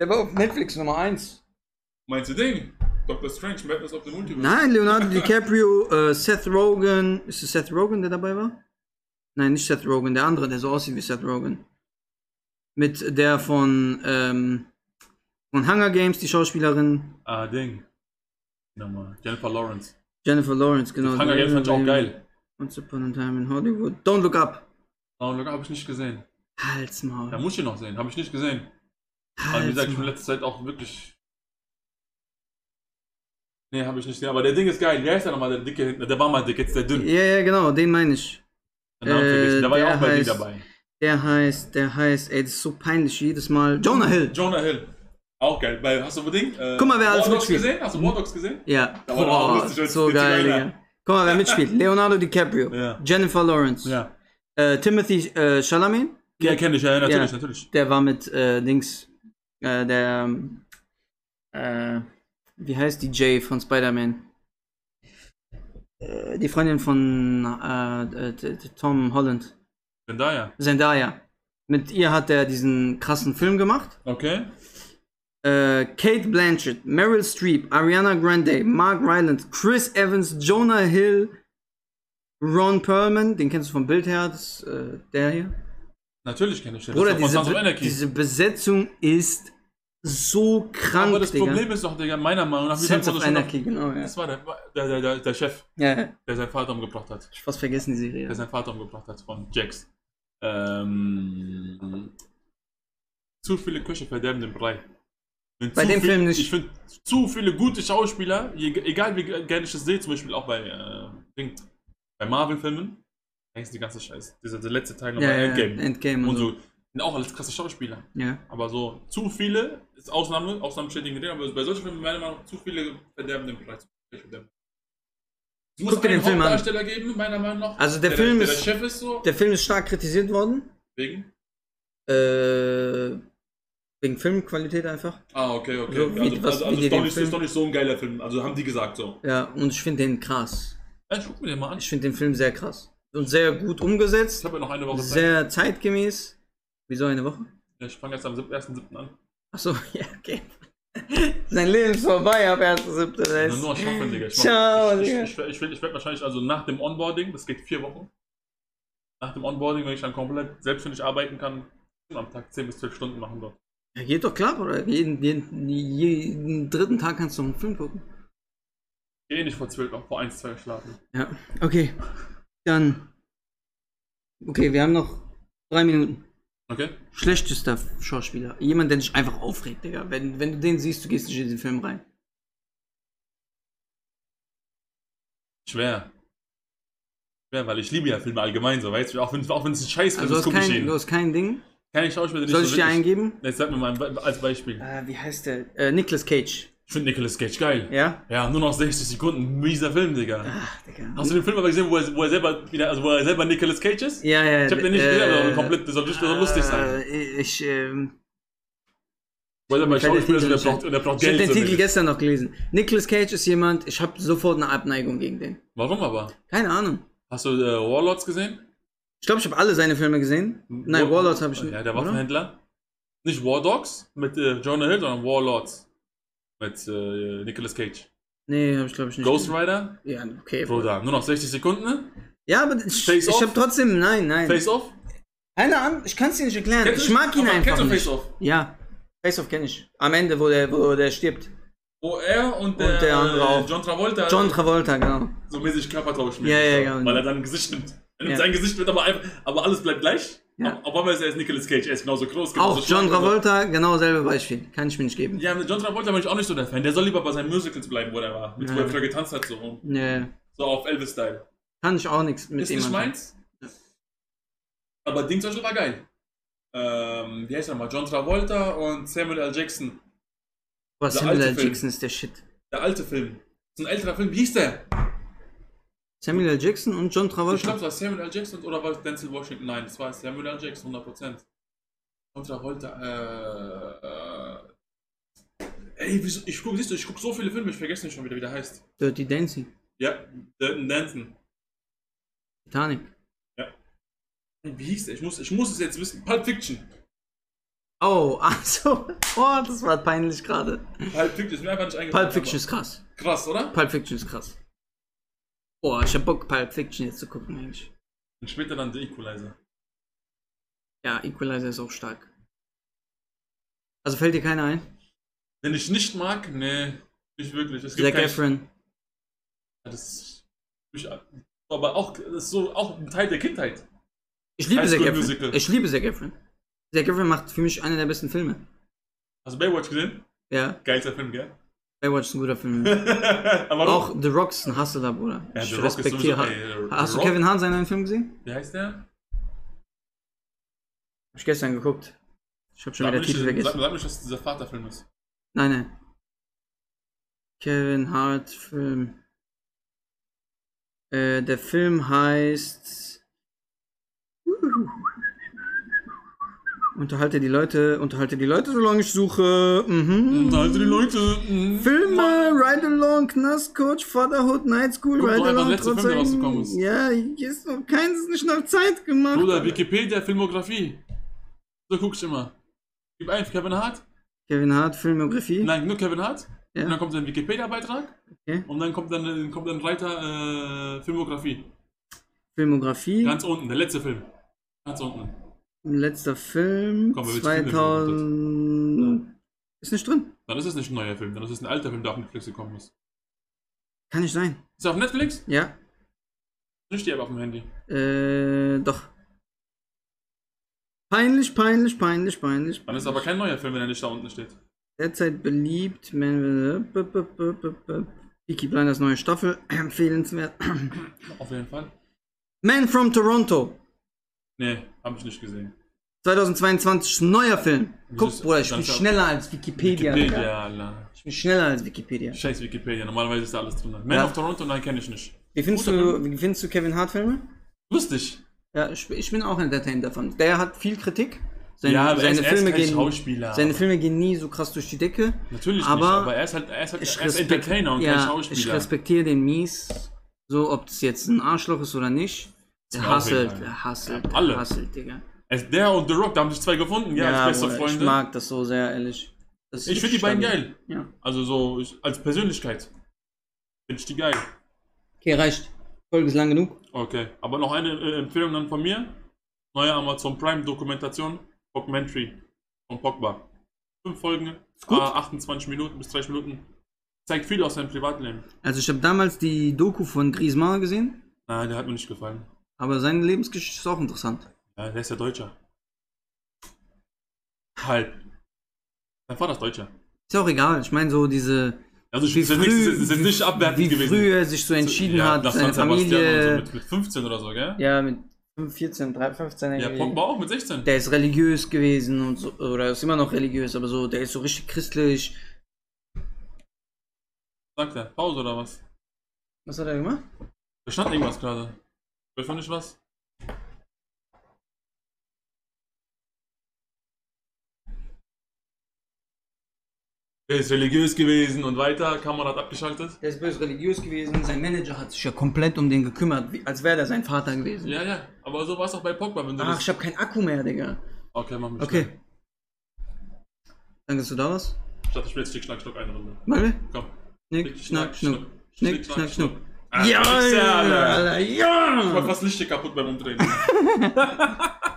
A: Der war auf Netflix Nummer 1.
B: Meinst du den? Dr. Strange, Madness of the Multiverse.
A: Nein, Leonardo DiCaprio, äh, Seth Rogen. Ist es Seth Rogen, der dabei war? Nein, nicht Seth Rogen, der andere, der so aussieht wie Seth Rogen. Mit der von, ähm, von Hunger Games, die Schauspielerin.
B: Ah, Ding. Nochmal. Jennifer Lawrence.
A: Jennifer Lawrence, genau.
B: Hunger Games fand ich auch geil.
A: Once Upon a Time in Hollywood. Don't Look Up.
B: Oh, look, hab ich nicht gesehen. Da
A: Halsmaul.
B: muss ich noch sehen, hab ich nicht gesehen.
A: Ah,
B: Aber wie gesagt, ich bin in
A: Halsmaul.
B: letzter Zeit auch wirklich. Nee, hab ich nicht gesehen. Aber der Ding ist geil. Wie heißt der nochmal, der dicke hinten? Der war mal dick, jetzt ist der dünn.
A: Ja, ja, genau, den meine ich.
B: Den Namen vergessen. Der war ja
A: der
B: auch bei dir
A: heißt-
B: dabei.
A: Der heißt, der heißt, ey, das ist so peinlich jedes Mal. Jonah Hill.
B: Jonah Hill. Auch geil. Weil, hast du unbedingt. Äh,
A: Guck mal, wer alles
B: War Dogs
A: mitspielt. Mhm.
B: gesehen? Hast du War Dogs gesehen?
A: Ja.
B: Da war der auch
A: Boah,
B: lustig, als
A: so
B: Fritz
A: geil,
B: Leiler.
A: Digga. Guck mal, wer mitspielt. Leonardo DiCaprio,
B: Ja.
A: Jennifer Lawrence, äh, Timothy äh, Chalamet,
B: Ja, kenn ich, ja, natürlich,
A: Ja.
B: natürlich.
A: der war mit äh, Dings, äh, der, ähm, äh, wie heißt die Jay von Spider-Man? Äh, die Freundin von äh, äh, t- t- Tom Holland,
B: Bin da ja.
A: Zendaya. Mit ihr hat er diesen krassen Film gemacht.
B: Okay.
A: äh, Kate Blanchett, Meryl Streep, Ariana Grande, Mark Ryland, Chris Evans, Jonah Hill, Ron Perlman, den kennst du vom Bild her, das, äh, der hier.
B: Natürlich kenn ich den.
A: Bruder,
B: das ist
A: diese,
B: doch von Sons of
A: Be
B: Anarchy.
A: diese Besetzung ist so krank,
B: Aber das
A: Digga.
B: Problem ist doch, Digga, meiner Meinung nach, wie sagt
A: Sense
B: man
A: of
B: das schon noch?
A: Anarchy, genau, ja.
B: Das war der, der, der, der, der Chef,
A: ja. ja.
B: der seinen Vater umgebracht hat.
A: Ich fast vergessen die Serie.
B: Der seinen Vater umgebracht hat von Jax. Ähm, zu viele Köche verderben den Brei. Wenn
A: Bei
B: zu
A: dem
B: viel-
A: Film nicht.
B: Ich finde, zu viele gute Schauspieler, je- egal wie gerne ich das sehe, zum Beispiel auch bei, äh, Ding, bei Marvel-Filmen, denkst du die ganze Scheiße. Dieser der letzte Teil noch
A: ja,
B: bei
A: ja,
B: Endgame.
A: Endgame
B: Und so. Sind auch alles krasse Schauspieler.
A: Ja.
B: Aber so, zu viele, ist Ausnahme, Ausnahmen bestätigen den, aber bei solchen Filmen meiner Meinung nach zu viele verderben den Preis. Es muss
A: Guck dir
B: einen
A: den Film an.
B: Hauptdarsteller geben, meiner Meinung nach.
A: Also der Film
B: der,
A: ist-
B: Der Chef ist so,
A: Der Film ist stark kritisiert worden.
B: wegen.
A: Äh, wegen Filmqualität einfach.
B: Ah, okay, okay.
A: So, wie-
B: also,
A: was-
B: also,
A: wie
B: also
A: die
B: ist, doch
A: den
B: nicht,
A: Film-
B: ist doch nicht so ein geiler Film. Also haben die gesagt so.
A: Ja, und ich finde den krass.
B: Ja, ich guck mir den mal an.
A: Ich finde den Film sehr krass. Und sehr gut
B: Ich
A: umgesetzt.
B: habe ja noch eine Woche Zeit.
A: Sehr zeitgemäß. Wieso eine Woche?
B: Ich fange jetzt am 1.7. an.
A: Achso, ja, okay. Sein Leben ist vorbei ab 1.7.
B: Nur,
A: weißt
B: nur
A: du.
B: schaffen, Digga. Ich, mach-
A: Ciao,
B: ich, ich,
A: Digga.
B: ich, ich, werd- ich werde wahrscheinlich, also nach dem Onboarding, das geht vier Wochen. Nach dem Onboarding, wenn ich dann komplett selbstständig arbeiten kann, am Tag 10 bis 12 Stunden machen dort.
A: Ja, geht doch klar, oder? Jeden, jeden, jeden dritten Tag kannst du noch einen Film gucken.
B: Geh nicht vor 12, auch vor 1, 2 schlafen.
A: Ja, okay. Dann. Okay, wir haben noch drei Minuten.
B: Okay?
A: Schlechtester Schauspieler. Jemand, der dich einfach aufregt, Digga. Wenn, wenn du den siehst, du gehst nicht in den Film rein.
B: Schwer. Schwer, weil ich liebe ja Filme allgemein so, weißt du? Auch wenn, auch wenn es ein Scheißfilm
A: Also du
B: ist,
A: hast,
B: gucke ich
A: kein, du
B: ihn.
A: hast kein Ding.
B: Kein Schauspieler, den
A: Soll
B: so
A: ich dir
B: wirklich-
A: eingeben?
B: Jetzt sag mir mal ein Be- als Beispiel.
A: Äh, wie heißt der? Äh, Nicolas Cage.
B: Ich finde Nicolas Cage geil.
A: Ja?
B: Ja, nur noch 60 Sekunden, mieser Film, Digga.
A: Ach, Digga.
B: Hast du den Film aber gesehen, wo er, wo er selber wieder, also wo er selber Nicolas Cage ist?
A: Ja, ja.
B: Ich hab den nicht gesehen, aber der komplett, der soll nicht so lustig sein.
A: Äh, ich, ähm,
B: Wo er selber
A: mir fällt der
B: Schauspieler ist und er
A: Titel
B: braucht, und er braucht
A: ich hab
B: Geld.
A: den
B: so
A: Titel
B: nicht.
A: gestern noch gelesen. Nicolas Cage ist jemand, ich habe sofort eine Abneigung gegen den.
B: Warum aber?
A: Keine Ahnung.
B: Hast du äh, Warlords gesehen?
A: Ich glaube, ich habe alle seine Filme gesehen. Nein,
B: War-
A: Warlords habe ich nicht.
B: Ja, der
A: oder?
B: Waffenhändler. Nicht War Dogs mit äh, Jonah Hill, sondern Warlords. Mit äh, Nicolas Cage.
A: Nee, habe ich glaube ich nicht.
B: Ghost Rider,
A: Ja, okay.
B: Bruder, nur noch 60 Sekunden,
A: Ja, aber ich, ich
B: Face Off?
A: habe trotzdem, nein, nein.
B: Face Off.
A: Keine Ahnung, ich kann es dir nicht erklären.
B: Kennst
A: ich
B: du-
A: mag ihn
B: aber
A: einfach
B: Kennst du
A: nicht.
B: Face Off?
A: Ja, Face Off kenne ich. Am Ende, wo der, wo der stirbt.
B: Wo er und der,
A: der andere
B: äh,
A: auch.
B: John Travolta
A: John Travolta, genau.
B: so mäßig Körpertausch
A: Ja, ja,
B: so,
A: genau.
B: Weil er dann ein Gesicht nimmt. Er nimmt
A: Ja.
B: sein Gesicht mit, aber, einfach, aber alles bleibt gleich.
A: Ja.
B: Ob- Obwohl er ist, er ist Nicolas Cage, er ist genauso groß. Genauso
A: Auch John
B: schlank, also-
A: Travolta, genau selbe Beispiel. Kann ich mir nicht geben.
B: Ja, mit John Travolta bin ich auch nicht so der Fan. Der soll lieber bei seinen Musicals bleiben, wo er war. Mit wo er
A: Ja.
B: früher getanzt hat, so.
A: Nee,
B: So auf Elvis-Style.
A: kann ich auch nichts mit
B: Ist
A: ihm
B: nicht
A: anfangen.
B: meins. Aber Ding zum Beispiel war geil. Ähm, wie heißt er nochmal? John Travolta und Samuel L. Jackson.
A: Aber
B: Der
A: Samuel
B: alte
A: L.
B: Film.
A: Jackson ist der Shit.
B: Der alte Film. Das ist ein älterer Film. Wie hieß der?
A: Samuel L. Jackson und John
B: Ich glaube,
A: Travolta.
B: es war Samuel L. Jackson oder war es Denzel Washington? Nein, es war Samuel L. Jackson, 100%. Und Travolta, äh, äh, Ey, wieso? Ich gucke, siehst du, ich gucke so viele Filme, ich vergesse nicht schon wieder, wie der heißt.
A: Dirty Dancing.
B: Ja, Dirton Dancing.
A: Titanic.
B: Wie hieß der? Ich muss, ich muss es jetzt wissen. Pulp Fiction.
A: Oh, also. Oh, das war peinlich gerade.
B: Pulp Fiction ist mir einfach nicht eingefallen.
A: Pulp Fiction ist krass.
B: aber Krass, oder?
A: Pulp Fiction ist krass. Boah, ich hab Bock, Pulp Fiction jetzt zu gucken, eigentlich.
B: Und später dann The Equalizer.
A: Ja, Equalizer ist auch stark. Also fällt dir keiner ein?
B: Wenn ich nicht mag, nee, nicht wirklich. Es gibt
A: Zac
B: keinen-
A: Efron.
B: Das ist, ich, aber auch, das ist so, auch ein Teil der Kindheit.
A: Ich liebe
B: High
A: Zac
B: School
A: Efron.
B: Musical.
A: Ich liebe Zac Efron. Zac Efron macht für mich einen der besten Filme.
B: Hast du Baywatch gesehen?
A: Ja,
B: Geilster Film, gell?
A: Baywatch ist ein guter Film.
B: aber
A: Auch The Rock ist ein Hustler, Bruder.
B: Ja,
A: ich
B: The Rock ist
A: respektiere.
B: sowieso- ey, The
A: Hast du
B: Rock-
A: Kevin Hahn seinen neuen Film gesehen?
B: Wie heißt der?
A: Hab ich gestern geguckt. Ich hab schon
B: Sag
A: wieder
B: mir, nicht, äh,
A: Titel
B: sag,
A: vergessen.
B: sag mir nicht, dass dieser Vaterfilm ist.
A: Nein, nein. Kevin Hart Film. Äh, der Film heißt. Unterhalte die Leute, unterhalte die Leute, solange ich suche. Mhm.
B: Also die Leute. mhm.
A: Filme, Ride Along, Knastcoach, Fatherhood, Night School,
B: Guck doch
A: Ride
B: einfach
A: Along,
B: letzte Film, der rausgekommen ist.
A: Ja, hier ist noch keins nicht nach Zeit gemacht.
B: Bruder, Wikipedia, Filmografie. So guck ich immer. Gib ein Kevin Hart.
A: Kevin Hart, Filmografie.
B: Nein, nur Kevin Hart.
A: Ja.
B: Und dann kommt sein Wikipedia-Beitrag.
A: Okay.
B: Und dann kommt dann kommt dann Reiter äh, Filmografie.
A: Filmografie.
B: Ganz unten, der letzte Film. Ganz unten.
A: Letzter Film
B: Komm, wir müssen Filme
A: 2000. Ist nicht drin.
B: Dann ist es nicht ein neuer Film, dann ist es ein alter Film, der auf Netflix gekommen ist.
A: Kann nicht sein.
B: Ist er auf Netflix?
A: Ja.
B: Nicht die App auf dem Handy.
A: Äh, doch. Peinlich, peinlich, peinlich, peinlich.
B: Dann ist aber kein neuer Film, wenn er nicht da unten steht.
A: Derzeit beliebt. Man- b- b- b- b- b- Peaky Blinders neue Staffel. Empfehlenswert.
B: Auf jeden Fall.
A: Man from Toronto.
B: Nee, hab ich nicht gesehen.
A: 2022 neuer Film. Guck,
B: ist-
A: Bruder, ich bin
B: ganz-
A: schneller als Wikipedia. Digga.
B: Wikipedia, Alter.
A: Ich bin schneller als Wikipedia.
B: Scheiß Wikipedia, normalerweise ist da alles drin. Man
A: Ja.
B: of Toronto, nein, kenne ich nicht.
A: Wie findest,
B: Guter
A: du, wie findest du Kevin Hart Filme?
B: Wusste ich.
A: Ja, ich, ich bin auch entertained davon. Der hat viel Kritik. Seine,
B: ja, aber
A: seine
B: er ist,
A: Filme
B: er ist kein
A: gehen,
B: Schauspieler.
A: seine Filme gehen nie so krass durch die Decke.
B: Natürlich
A: aber
B: nicht, aber er ist halt, er ist, halt,
A: Ich,
B: er ist
A: respekt,
B: Entertainer und kein
A: ja, ich
B: Schauspieler.
A: respektiere den Mies, so ob das jetzt ein Arschloch ist oder nicht.
B: mir
A: Er
B: auch
A: hasselt,
B: egal.
A: er hasselt,
B: Ja, alle.
A: er hasselt, Digga.
B: Er ist der und The Rock, da haben sich zwei gefunden, ja, als beste
A: Bruder, ich
B: Freunde.
A: mag das so sehr, ehrlich. Das ist
B: Ich finde die beiden
A: stabil.
B: geil.
A: Ja.
B: Also so ich, als Persönlichkeit. Finde ich die geil.
A: Okay, reicht. Folge ist lang genug.
B: Okay. Aber noch eine äh, Empfehlung dann von mir. Neue Amazon Prime Dokumentation. Documentary von Pogba. Fünf Folgen,
A: gut.
B: äh, 28 Minuten bis 30 Minuten. Zeigt viel aus seinem Privatleben.
A: Also ich habe damals die Doku von Griezmann gesehen,
B: Nein, der hat mir nicht gefallen.
A: aber seine Lebensgeschichte ist auch interessant.
B: Ja, der ist ja Deutscher. Halb. Dein Vater ist Deutscher.
A: Ist ja auch egal. Ich meine so diese
B: Also ich
A: wie
B: das ist nichts-
A: früh,
B: das ist nicht abwertend
A: wie
B: gewesen.
A: früh er sich so entschieden
B: Ja,
A: hat,
B: nach
A: seine
B: San Sebastian und
A: Familie.
B: So mit, mit 15 oder so, gell?
A: Ja, mit 14, 13, 15
B: Ja,
A: irgendwie.
B: Pogba auch mit 16.
A: der ist religiös gewesen und so, oder ist immer noch religiös, aber so, der ist so richtig christlich.
B: Sagt er. Pause oder was?
A: Was hat er gemacht?
B: Da stand irgendwas gerade. Da fand ich was. Er ist religiös gewesen und weiter. Kamera hat abgeschaltet.
A: Der ist böse religiös gewesen, sein Manager hat sich ja komplett um den gekümmert, wie, als wäre der sein Vater gewesen.
B: Ja, ja. Aber so war es auch bei Pogba, wenn du
A: Ach,
B: das...
A: ich habe keinen Akku mehr, Digga.
B: Okay, mach mich schnell.
A: Okay. Dankest du da was?
B: Ich dachte, ich will jetzt Schnick, Schnack, Schnuck eine Runde.
A: Manuel?
B: Komm.
A: Schnick, schnack, schnuck. Schnick, schnack, schnuck.
B: Ah,
A: Ja,
B: Wichser, Alter.
A: Alter,
B: Ich mach
A: ja!
B: fast Licht hier kaputt beim Umdrehen.